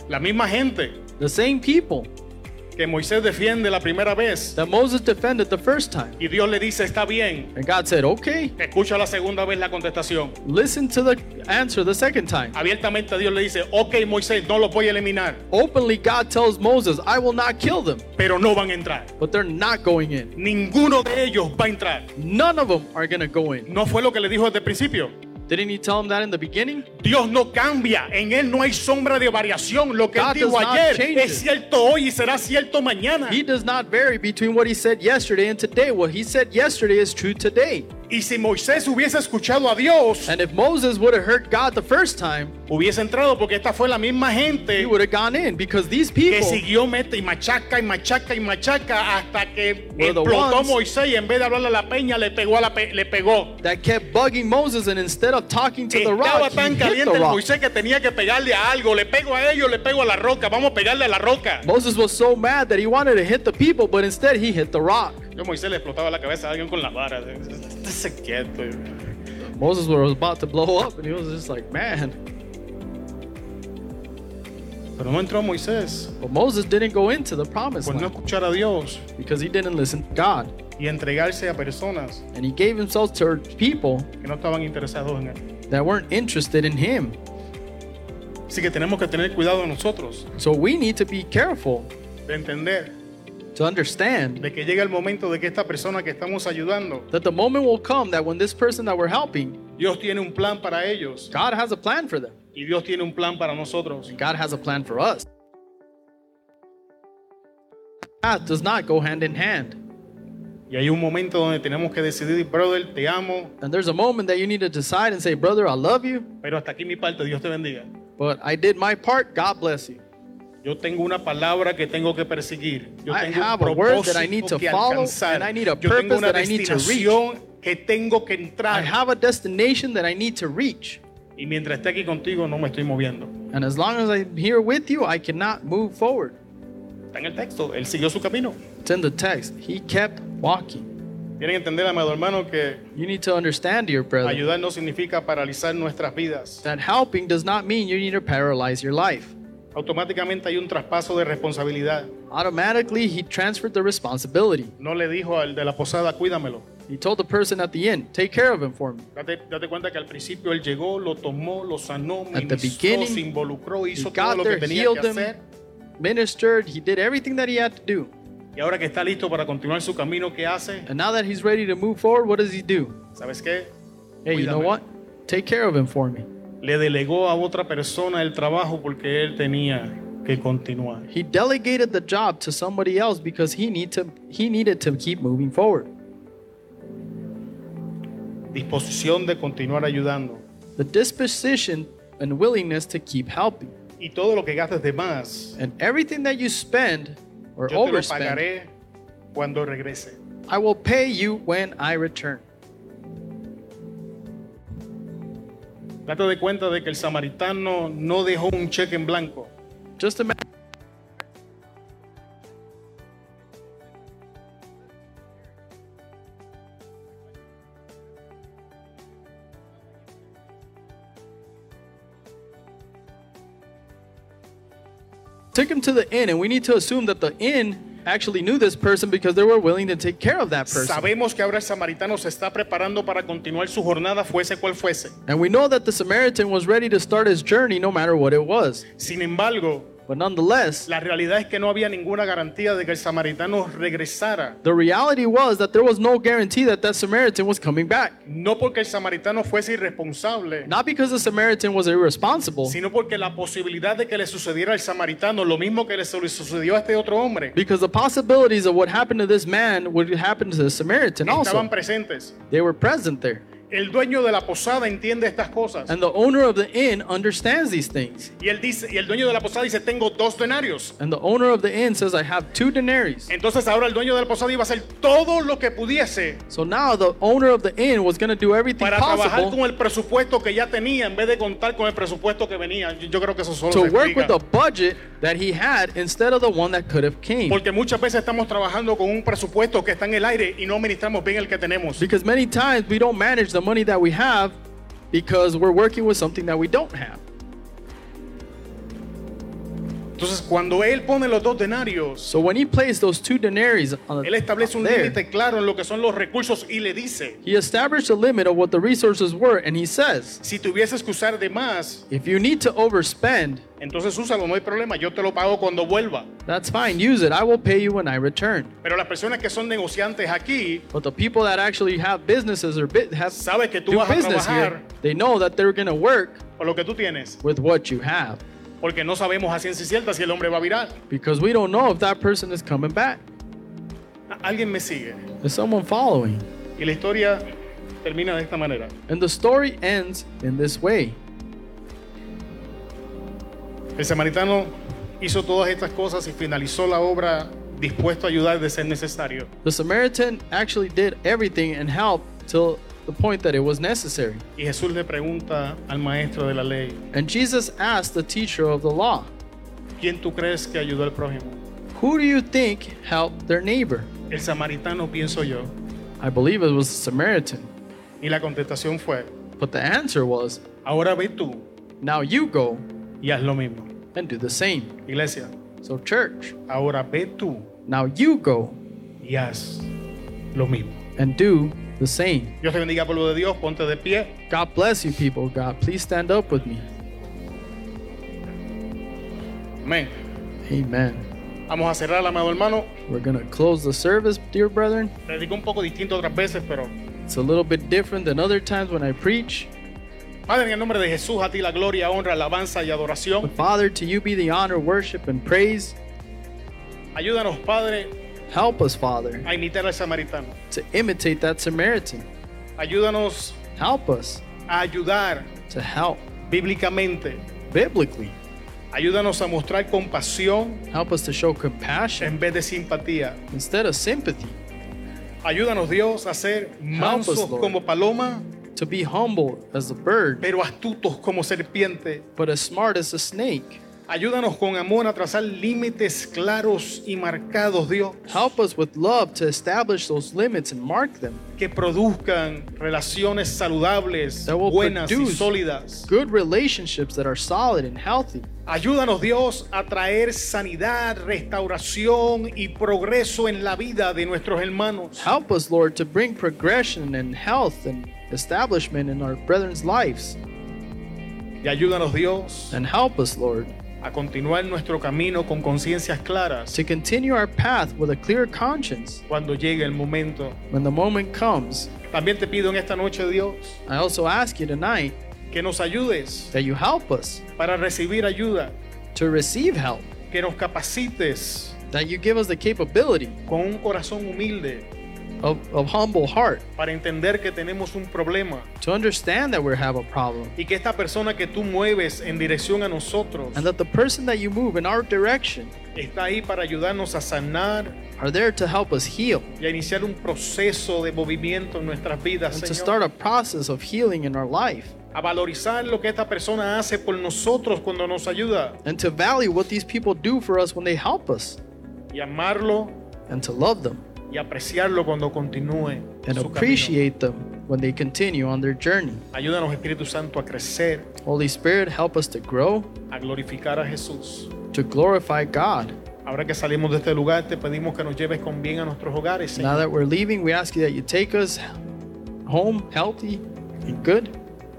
Speaker 1: La misma gente
Speaker 2: The same people
Speaker 1: que Moisés defiende la primera vez
Speaker 2: that Moses defended the first time.
Speaker 1: y Dios le dice, está bien,
Speaker 2: And God said, okay,
Speaker 1: escucha la segunda vez la contestación.
Speaker 2: listen to the answer the second time.
Speaker 1: Abiertamente Dios le dice, ok Moisés, no los voy a eliminar,
Speaker 2: Openly, God tells Moses, I will not kill them,
Speaker 1: pero no van a entrar.
Speaker 2: but they're not going in.
Speaker 1: Ninguno de ellos va a entrar.
Speaker 2: None of them are going to go in.
Speaker 1: No fue lo que le dijo desde el principio.
Speaker 2: Didn't he tell him that in the beginning?
Speaker 1: Dios no cambia, en Él no hay sombra de variación. Lo que Él
Speaker 2: God
Speaker 1: dijo
Speaker 2: does not
Speaker 1: ayer
Speaker 2: change
Speaker 1: es
Speaker 2: it.
Speaker 1: cierto hoy y será cierto mañana.
Speaker 2: He does not vary between what he said yesterday and today. What he said yesterday is true today.
Speaker 1: Y si Moisés hubiese escuchado a Dios,
Speaker 2: And if Moses would have heard God the first time,
Speaker 1: hubiese entrado porque esta fue la misma
Speaker 2: he
Speaker 1: gente
Speaker 2: would have gone in because these
Speaker 1: que
Speaker 2: people
Speaker 1: siguió mete y machaca y machaca y machaca hasta que
Speaker 2: Were the
Speaker 1: explotó
Speaker 2: ones-
Speaker 1: Moisés y en vez de hablarle a la peña le pegó a la pe- le pegó.
Speaker 2: that kept bugging Moses and instead of talking to the
Speaker 1: Estaba
Speaker 2: rock, he
Speaker 1: tan
Speaker 2: hit
Speaker 1: caliente
Speaker 2: the
Speaker 1: el
Speaker 2: rock.
Speaker 1: Moisés que tenía que pegarle a algo. Le pego a ellos, le pego a la roca. Vamos a pegarle a la roca.
Speaker 2: Moses was so mad that he wanted to hit the people, but instead he hit the rock.
Speaker 1: Yo a Moisés le explotaba la cabeza a alguien con la vara. Estate quieto.
Speaker 2: Moses was about to blow up and he was just like, man.
Speaker 1: Pero no entró Moisés
Speaker 2: But Moses didn't go into the promised
Speaker 1: por no
Speaker 2: land
Speaker 1: escuchar a Dios
Speaker 2: because he didn't listen to God.
Speaker 1: y entregarse a personas
Speaker 2: And he gave himself to people
Speaker 1: que no estaban interesados en él.
Speaker 2: that weren't interested in him.
Speaker 1: Así que tenemos que tener cuidado nosotros
Speaker 2: So we need to be careful
Speaker 1: de entender
Speaker 2: to understand
Speaker 1: de que llega el momento de que esta persona que estamos ayudando,
Speaker 2: that the moment will come that when this person that we're helping,
Speaker 1: Dios tiene un plan para ellos
Speaker 2: God has a plan for them.
Speaker 1: y Dios tiene un plan para nosotros.
Speaker 2: God has a plan for us. Path does not go hand in hand.
Speaker 1: Y hay un momento donde tenemos que decidir, brother, te amo,
Speaker 2: And there's a moment that you need to decide and say, Brother, I love you,
Speaker 1: pero hasta aquí mi parte, Dios te bendiga.
Speaker 2: but I did my part. God bless you.
Speaker 1: Yo tengo una palabra que tengo que perseguir. Yo
Speaker 2: I
Speaker 1: tengo
Speaker 2: have a
Speaker 1: un
Speaker 2: word
Speaker 1: propósito
Speaker 2: that I need to
Speaker 1: que
Speaker 2: follow,
Speaker 1: alcanzar.
Speaker 2: and I need a
Speaker 1: Yo tengo
Speaker 2: purpose
Speaker 1: una
Speaker 2: that I need to reach.
Speaker 1: destinación que tengo que entrar.
Speaker 2: I have a destination that I need to reach.
Speaker 1: Y mientras esté aquí contigo no me estoy moviendo.
Speaker 2: And as long as I'm here with you, I cannot move forward.
Speaker 1: Está en el texto. Él siguió su camino.
Speaker 2: It's in the text. He kept walking.
Speaker 1: Tienen que entender, amado hermano, que
Speaker 2: You need to understand, dear brother,
Speaker 1: ayudar no significa paralizar nuestras vidas.
Speaker 2: that helping does not mean you need to paralyze your life.
Speaker 1: Automáticamente hay un traspaso de responsabilidad.
Speaker 2: Automatically, he transferred the responsibility.
Speaker 1: No le dijo al de la posada, cuídamelo.
Speaker 2: He told the person at the inn, Take care of him for me.
Speaker 1: Date, date cuenta que al principio él llegó, lo tomó, lo sanó,
Speaker 2: At the
Speaker 1: ministró,
Speaker 2: beginning,
Speaker 1: se involucró, hizo todo
Speaker 2: got
Speaker 1: lo que
Speaker 2: there,
Speaker 1: tenía
Speaker 2: healed
Speaker 1: que
Speaker 2: him.
Speaker 1: hacer.
Speaker 2: Ministered, he did everything that he had to do.
Speaker 1: Y ahora que está listo para continuar su camino, ¿qué hace?
Speaker 2: And now that he's ready to move forward, what does he do?
Speaker 1: ¿Sabes qué?
Speaker 2: Hey, you know
Speaker 1: Cuídame.
Speaker 2: what? Take care of him for me.
Speaker 1: Le delegó a otra persona el trabajo porque él tenía que continuar.
Speaker 2: He delegated the job to somebody else because he need to he needed to keep moving forward.
Speaker 1: Disposición de continuar ayudando.
Speaker 2: The disposition and willingness to keep helping.
Speaker 1: Y todo lo que gastes de más,
Speaker 2: And everything that you spend or
Speaker 1: yo te lo
Speaker 2: overspend,
Speaker 1: pagaré cuando regrese.
Speaker 2: I will pay you when I return.
Speaker 1: Date de cuenta de que el samaritano no dejó un cheque en blanco.
Speaker 2: Just imagine took him to the inn and we need to assume that the inn actually knew this person because they were willing to take care of that person
Speaker 1: Sabemos que ahora el samaritano se está preparando para continuar su jornada, fuese cual fuese.
Speaker 2: and we know that the samaritan was ready to start his journey no matter what it was
Speaker 1: Sin embargo,
Speaker 2: but nonetheless
Speaker 1: la realidad es que no había ninguna garantía de que el samaritano regresara.
Speaker 2: the reality was that there was no guarantee that that samaritan was coming back
Speaker 1: No porque el samaritano fuese irresponsable,
Speaker 2: not because the samaritan was irresponsible
Speaker 1: sino porque la posibilidad de que le sucediera al samaritano lo mismo que le su- sucedió a este otro hombre
Speaker 2: Because the possibilities of what happened to this man would happen to the Samaritan
Speaker 1: estaban
Speaker 2: also.
Speaker 1: presentes.
Speaker 2: They were present there.
Speaker 1: El dueño de la posada entiende estas cosas
Speaker 2: And the owner of the inn understands these things.
Speaker 1: y él dice y el dueño de la posada dice tengo dos denarios.
Speaker 2: And the owner of the inn says, I have two denaries.
Speaker 1: Entonces ahora el dueño de la posada iba a hacer todo lo que pudiese
Speaker 2: So now the owner of the inn was going to do everything
Speaker 1: para trabajar con
Speaker 2: possible
Speaker 1: el presupuesto que ya tenía en vez de contar con el presupuesto que venía. Yo, yo creo que eso solo
Speaker 2: to
Speaker 1: se
Speaker 2: work with
Speaker 1: explica.
Speaker 2: the budget that he had instead of the one that could have came.
Speaker 1: Porque muchas veces estamos trabajando con un presupuesto que está en el aire y no administramos bien el que tenemos.
Speaker 2: Because many times we don't manage the money that we have because we're working with something that we don't have.
Speaker 1: Entonces cuando él pone los dos denarios,
Speaker 2: So when he placed those two denaries on
Speaker 1: él establece un
Speaker 2: there,
Speaker 1: límite claro en lo que son los recursos y le dice,
Speaker 2: he established a limit of what the resources were, and he says,
Speaker 1: si tuvieses que usar de más,
Speaker 2: if you need to overspend,
Speaker 1: entonces úsalo, no hay problema, yo te lo pago cuando vuelva.
Speaker 2: that's fine, use it. I will pay you when I return.
Speaker 1: Pero las personas que son negociantes aquí,
Speaker 2: But the people that actually have businesses or bi- have
Speaker 1: Sabe que tú
Speaker 2: do
Speaker 1: vas a
Speaker 2: business
Speaker 1: trabajar.
Speaker 2: here, they know that they're gonna work
Speaker 1: o lo que tú tienes,
Speaker 2: with what you have,
Speaker 1: porque no sabemos a ciencia cierta si el hombre va a virar.
Speaker 2: because we don't know if that person is coming back.
Speaker 1: A- Alguien me sigue.
Speaker 2: Is someone following?
Speaker 1: Y la historia termina de esta manera.
Speaker 2: And the story ends in this way.
Speaker 1: El samaritano hizo todas estas cosas y finalizó la obra dispuesto a ayudar de ser necesario.
Speaker 2: The Samaritan actually did everything and helped till the point that it was necessary.
Speaker 1: Y Jesús le pregunta al maestro de la ley,
Speaker 2: And Jesus asked the teacher of the law,
Speaker 1: ¿quién tú crees que ayudó al prójimo?
Speaker 2: Who do you think helped their neighbor?
Speaker 1: El samaritano, pienso yo.
Speaker 2: I believe it was the Samaritan.
Speaker 1: Y la contestación fue,
Speaker 2: But the answer was,
Speaker 1: ahora ve tú
Speaker 2: Now you go
Speaker 1: y haz lo mismo.
Speaker 2: and do the same.
Speaker 1: Iglesia,
Speaker 2: So, church,
Speaker 1: ahora ve tú
Speaker 2: now you go
Speaker 1: y haz lo mismo.
Speaker 2: and do the same.
Speaker 1: Dios te bendiga, pueblo de Dios, ponte de pie.
Speaker 2: God bless you, people of God. Please stand up with me.
Speaker 1: Amén.
Speaker 2: Amen.
Speaker 1: Vamos a cerrar, amado hermano.
Speaker 2: We're going to close the service, dear brethren.
Speaker 1: Te digo un poco distinto otras veces, pero
Speaker 2: It's a little bit different than other times when I preach.
Speaker 1: Padre, en el nombre de Jesús, a ti la gloria, honra, alabanza y adoración.
Speaker 2: But Father, to you be the honor, worship, and praise.
Speaker 1: Ayúdanos, Padre,
Speaker 2: Help us, Father,
Speaker 1: a imitar al samaritano.
Speaker 2: to imitate that Samaritan.
Speaker 1: Ayúdanos
Speaker 2: Help us
Speaker 1: a ayudar
Speaker 2: to help
Speaker 1: bíblicamente.
Speaker 2: biblically.
Speaker 1: Ayúdanos a mostrar compasión
Speaker 2: Help us to show compassion
Speaker 1: en vez de simpatía.
Speaker 2: instead of sympathy,
Speaker 1: Ayúdanos, Dios, a ser mansos
Speaker 2: Lord.
Speaker 1: como paloma,
Speaker 2: to be humble as a bird,
Speaker 1: pero astutos como serpiente.
Speaker 2: but as smart as a snake.
Speaker 1: Ayúdanos con amor a trazar límites claros y marcados, Dios,
Speaker 2: Help us with love to establish those limits and mark them.
Speaker 1: que produzcan relaciones saludables,
Speaker 2: That will
Speaker 1: buenas y
Speaker 2: produce
Speaker 1: sólidas.
Speaker 2: Good relationships that are solid and healthy.
Speaker 1: Ayúdanos Dios a traer sanidad, restauración y progreso en la vida de nuestros hermanos.
Speaker 2: Help us, Lord, to bring progression and health and establishment in our brethren's lives.
Speaker 1: Y ayúdanos Dios
Speaker 2: And help us, Lord,
Speaker 1: a continuar nuestro camino con conciencias claras
Speaker 2: to continue our path with a clear conscience
Speaker 1: cuando llegue el momento.
Speaker 2: when the moment comes.
Speaker 1: También te pido en esta noche Dios
Speaker 2: I also ask you tonight
Speaker 1: que nos ayudes
Speaker 2: that you help us
Speaker 1: para recibir ayuda,
Speaker 2: to receive help,
Speaker 1: que nos capacites
Speaker 2: that you give us the capability
Speaker 1: con un corazón humilde
Speaker 2: of, of humble heart
Speaker 1: para entender que tenemos un problema
Speaker 2: to understand that we have a problem
Speaker 1: y que esta persona que tú mueves en dirección a nosotros
Speaker 2: and that the person that you move in our direction
Speaker 1: está ahí para ayudarnos a sanar,
Speaker 2: are there to help us heal
Speaker 1: y a iniciar un proceso de movimiento en nuestras vidas,
Speaker 2: and to
Speaker 1: Señor.
Speaker 2: start a process of healing in our life
Speaker 1: a valorizar lo que esta persona hace por nosotros cuando nos ayuda
Speaker 2: and to value what these people do for us when they help us
Speaker 1: y amarlo
Speaker 2: and to love them
Speaker 1: y apreciarlo cuando continúe
Speaker 2: and
Speaker 1: su camino.
Speaker 2: appreciate them when they continue on their journey.
Speaker 1: Ayúdanos Espíritu Santo a crecer,
Speaker 2: Holy Spirit, help us to grow,
Speaker 1: a glorificar a Jesús.
Speaker 2: to glorify God.
Speaker 1: Ahora que salimos de este lugar, te pedimos que nos lleves con bien a nuestros hogares, Señor.
Speaker 2: Now that we're leaving, we ask you that you take us home healthy and good.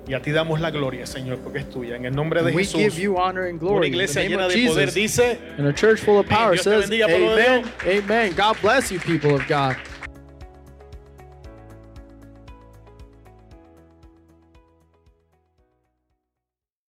Speaker 1: Y a ti damos la gloria, Señor, porque es tuya. En el nombre de
Speaker 2: And we
Speaker 1: Jesús.
Speaker 2: give you honor
Speaker 1: una
Speaker 2: and glory. In the
Speaker 1: iglesia
Speaker 2: name
Speaker 1: llena
Speaker 2: of
Speaker 1: de poder
Speaker 2: Jesus.
Speaker 1: dice.
Speaker 2: And a church full of power
Speaker 1: Dios te
Speaker 2: says,
Speaker 1: bendiga, pueblo de
Speaker 2: Amen,
Speaker 1: Dios.
Speaker 2: Amen. God bless you, people of God.